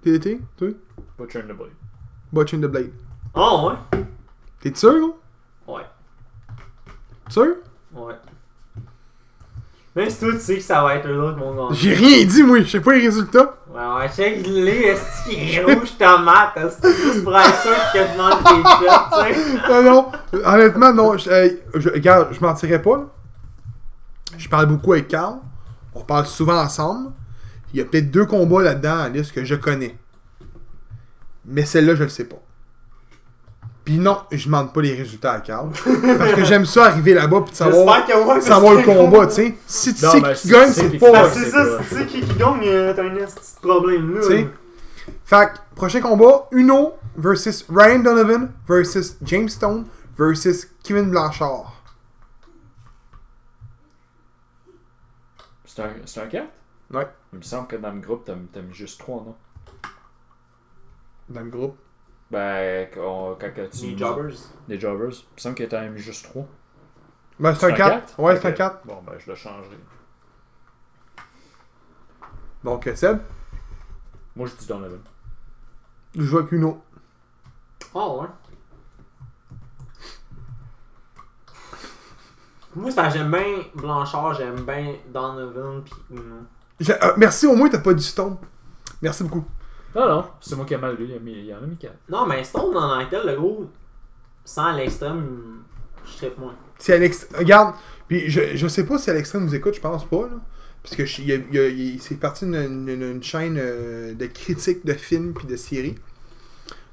A: TDT, toi?
C: Butcher and the Blade.
A: Butcher and the Blade.
D: Oh, ouais.
A: T'es sûr, gros?
D: Ouais.
A: Sûr?
D: Ouais. Même si toi, tu sais que ça va être eux autres, mon gars.
A: J'ai rien dit, moi. Je sais pas les résultats.
D: Ouais, ouais, check les est-ce qu'il est rouge tomate, est-ce que c'est juste pour être sûr que je mange des shots, tu sais.
A: Non, non. Honnêtement, non. Je, hey, je- regarde, je mentirais pas. là. Je parle beaucoup avec Carl. On parle souvent ensemble. Il y a peut-être deux combats là-dedans à la liste que je connais. Mais celle-là, je le sais pas. Puis non, je demande pas les résultats à Carl. Parce que j'aime ça arriver là-bas puis de savoir,
D: J'espère que ouais,
A: savoir le
D: c'est-
A: combat, tu sais. Si tu
C: Non,
A: sais
C: mais
A: qui
C: si
A: gagne,
C: tu sais
A: c'est
C: qui
A: pas.
C: gagne,
D: Ah, c'est ça,
C: Ouais,
D: si tu sais qui qui gagne, euh, t'as un petit problème, là.
A: Tu sais. Fait que, prochain combat, Uno versus Ryan Donovan versus James Stone versus Kevin Blanchard.
C: C'est un, c'est un 4
A: Ouais.
C: Il me semble que dans le groupe, t'as mis t'as mis juste 3, non
A: Dans le groupe.
C: Ben, quand, quand que tu.
D: Les jobbers.
C: Des jobbers. Il me semble que t'as mis juste 3.
A: Ben, c'est un 4. Ouais, c'est un 4.
C: Bon, ben, je l'ai changé.
A: Donc, euh, Seb,
C: Moi, je dis Donovan.
A: je joue avec Uno.
D: Oh, ouais. Moi, ça, j'aime bien Blanchard, j'aime bien Donovan, pis Uno.
A: Je- euh, merci, au moins, t'as pas du Stone. Merci beaucoup.
C: Non, non, c'est moi qui ai mal lu. Il, a mis- il y en a mis 4.
D: Non, mais Stone, en tant que tel, le gros, sans l'extrême, je tripe moins.
A: Si Alex. Regarde, puis je, je sais pas si Alexandre nous écoute, je pense pas, là. Parce que je- il y a- il y a- il- c'est parti d'une d'une- d'une chaîne euh, de critiques de films puis de séries.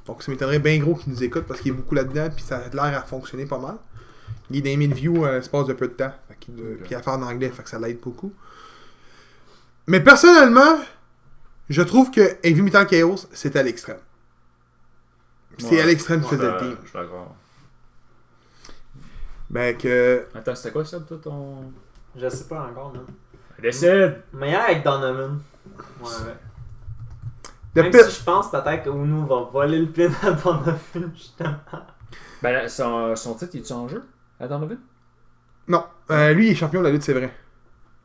A: Donc ça m'étonnerait bien gros qu'il nous écoute parce qu'il est beaucoup là-dedans puis ça a l'air à fonctionner pas mal. Il est dans les 1000 views euh, l'espace de peu de temps. Fait qu'il doit-
C: Ok.
A: Puis à faire en anglais, fait que ça l'aide beaucoup. Mais personnellement, je trouve que Heavy Metal Chaos, c'est à l'extrême. C'est
C: Ouais.
A: à l'extrême qui
C: Euh, Je
A: faisait le team.
C: suis d'accord.
A: Ben que.
C: Attends, c'était quoi ça, toi, ton.
D: Je sais pas encore, non.
C: Décide
D: Mais là, avec Donovan. Ouais, ouais.
A: The
D: Même
A: pit-
D: si je pense peut-être que Uno va voler le pin à Donovan, justement.
C: Ben, là, son, son titre, il est en jeu à Donovan
A: Non. Euh, lui, il est champion de la lutte, c'est vrai.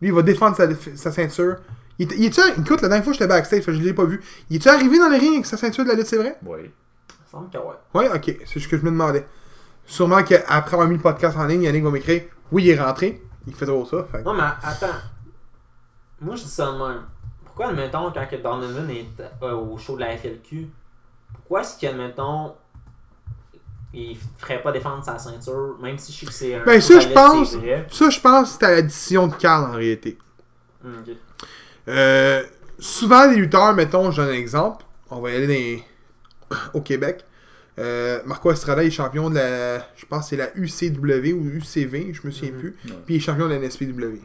A: Lui, il va défendre sa, sa ceinture. Il, est- il est-tu, écoute, la dernière fois, j'étais backstage, fait que je l'ai pas vu. Il est-tu arrivé dans le ring avec sa ceinture de la lutte, c'est vrai?
C: Oui.
D: Il me semble que ouais.
A: Ouais, ok. C'est ce que je me demandais. Sûrement qu'après avoir mis le podcast en ligne, Yannick va m'écrire Oui, il est rentré. Il fait trop ça. Fait. que-
D: Non, mais attends. Moi, je dis ça de même. Pourquoi, admettons, quand que Donovan est euh, au show de la FLQ, pourquoi est-ce qu'admettons, il ferait pas défendre sa ceinture, même si je sais que c'est un.
A: Ben,
D: show
A: ça,
D: de
A: je
D: la
A: pense.
D: lutte, c'est vrai.
A: Ça, je pense que c'était la décision de Carl en réalité.
D: Hmm, ok.
A: Euh, souvent, les lutteurs, mettons, je donne un exemple. On va y aller dans les- au Québec. Euh, Marco Estrada est champion de la. Je pense que c'est la UCW ou UCV, je me souviens
D: Mhm.
A: plus.
C: Ouais.
A: Puis il est champion de la NSPW.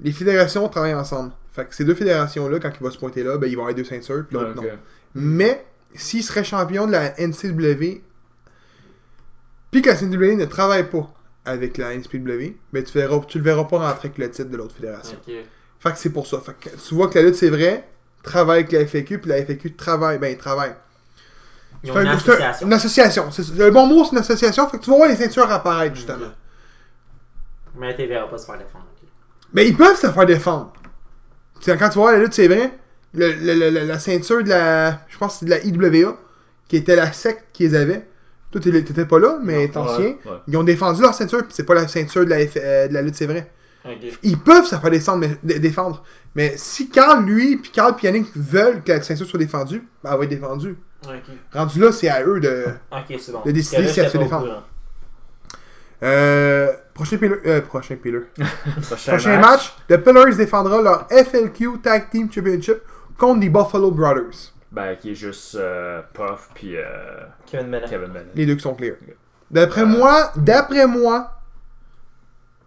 A: Les fédérations travaillent ensemble. Fait que ces deux fédérations-là, quand il va se pointer là, ben, il va avoir deux ceintures, puis l'autre
C: Ok.
A: non. Mais s'il serait champion de la NCW, puis que la NCW ne travaille pas avec la NSPW, ben, tu, verras, tu le verras pas rentrer avec le titre de l'autre fédération.
D: Ok.
A: Fait que c'est pour ça. Fait que tu vois que la lutte, c'est vrai, travaille avec la FAQ, puis la FAQ travaille, ben, travaille.
D: Ils
A: C'est
D: ont
A: un-
D: une
A: c'est un-
D: association.
A: une association. C'est- Le bon mot, c'est une association. Fait que tu vas voir les ceintures apparaître, justement.
D: Ok. Mais tu verras pas se faire défendre. ok.
A: Mais ils peuvent se faire défendre. C'est quand tu vois la lutte, c'est vrai. le- le- le- le- la ceinture de la. Je pense que c'est de la IWA, qui était la secte qu'ils avaient. Toi, t'es- t'étais pas là, mais t'en
C: Ouais,
A: souviens.
C: ouais.
A: Ils ont défendu leur ceinture, puis c'est pas la ceinture de la, F- euh, de la lutte, c'est vrai.
D: Ok.
A: Ils peuvent se faire descendre, mais- dé- défendre. Mais si Carl, lui, puis Carl, puis Yannick veulent que la ceinture soit défendue, ben, elle va être défendue.
D: Ok.
A: Rendu là, c'est à eux de.
D: Ok, c'est bon.
A: De décider
D: Parce que
A: si
D: là,
A: elle se
D: j'étais pas au
A: défend.
D: courant.
A: Euh, prochain pillar. euh, prochain pillar.
C: Prochain,
A: Prochain match, The Pillars défendra leur FLQ Tag Team Championship contre les Buffalo Brothers.
C: Ben, qui est juste euh, Puff puis euh,
D: Kevin Menon.
C: Kevin Bennett.
A: Les deux qui sont clear.
C: Ok. Euh.
A: D'après moi, d'après moi,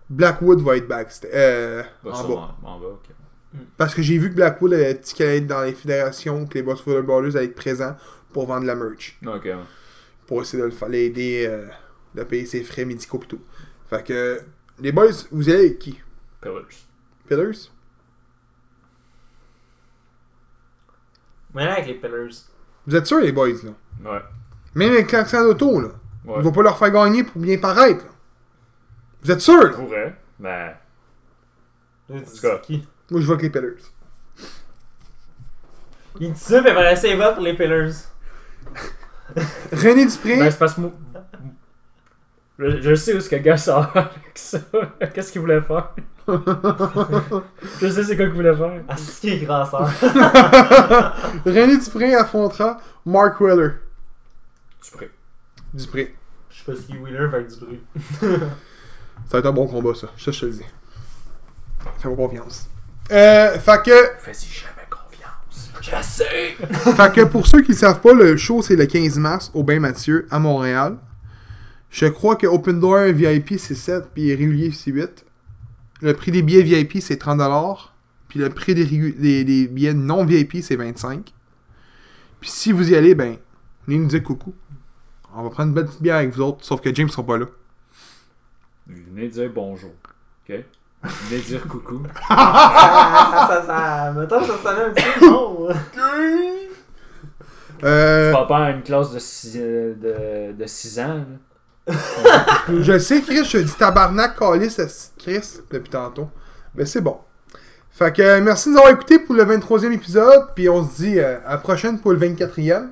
A: Blackwood va être back, euh, en
C: Bah,
A: bas.
C: sûrement, En bas, ok.
A: Parce que j'ai vu que Blackwood a dit qu'elle allait être dans les fédérations, que les Buffalo Brothers allaient être présents pour vendre de la merch.
C: Ok, ouais.
A: Pour essayer de le faire- l'aider, euh, de payer ses frais médicaux pis tout. Fait que, les boys, vous allez avec qui?
C: Pillars.
A: Pillars?
D: Mais là, avec les Pillars,
A: Vous êtes sûrs, les boys, là?
G: Ouais.
A: Même avec l'accent d'auto, là.
G: Ouais.
A: On va pas leur faire gagner pour bien paraître, là. Vous êtes sûrs, là?
G: Pourrait, mais.
D: En
G: tout cas.
D: Qui?
A: Moi, je vois que les Pellers.
D: Il dit ça, mais après ça, il va pour les Pillars.
A: René Dupré,
C: Ben, c'est parce que moi. Je, je sais où ce que le gars sort avec ça. Qu'est-ce qu'il voulait faire? je sais c'est quoi qu'il voulait faire.
D: Ah, c'est qui est grasseur?
A: René Dupré affrontera Mark Weller.
G: Tu prêt.
A: Dupré.
D: Je sais pas ce qui est Wheeler, fait que du bruit.
A: Ça va être un bon combat, ça. Ça, je te le dis. Fais-moi confiance. Euh, fait que,
C: Fais-y jamais confiance. Je sais!
A: fait que pour ceux qui ne savent pas, le show, c'est le 15 mars au Bain Mathieu, à Montréal. Je crois que Open Door VIP, c'est 7, puis régulier, c'est 8. Le prix des billets VIP, c'est 30$. Puis le prix des, régu- des- des billets non VIP, c'est 25$. Puis si vous y allez, ben, venez nous dire coucou. On va prendre une belle petite bière avec vous autres, sauf que James sera pas là.
G: Venez dire bonjour. Ok? Venez dire coucou.
D: Ah, ça, ça, ça, mettons, ça sonnait un petit peu bon.
A: Euh,
C: Tu vas pas à une classe de 6 de, de six ans. là.
A: Je sais, Chris, je te dis tabarnak, calice, esti de Chris, depuis tantôt. Mais c'est bon. Fait que euh, merci de nous avoir écoutés pour le 23e épisode, puis on se dit euh, à la prochaine pour le 24e.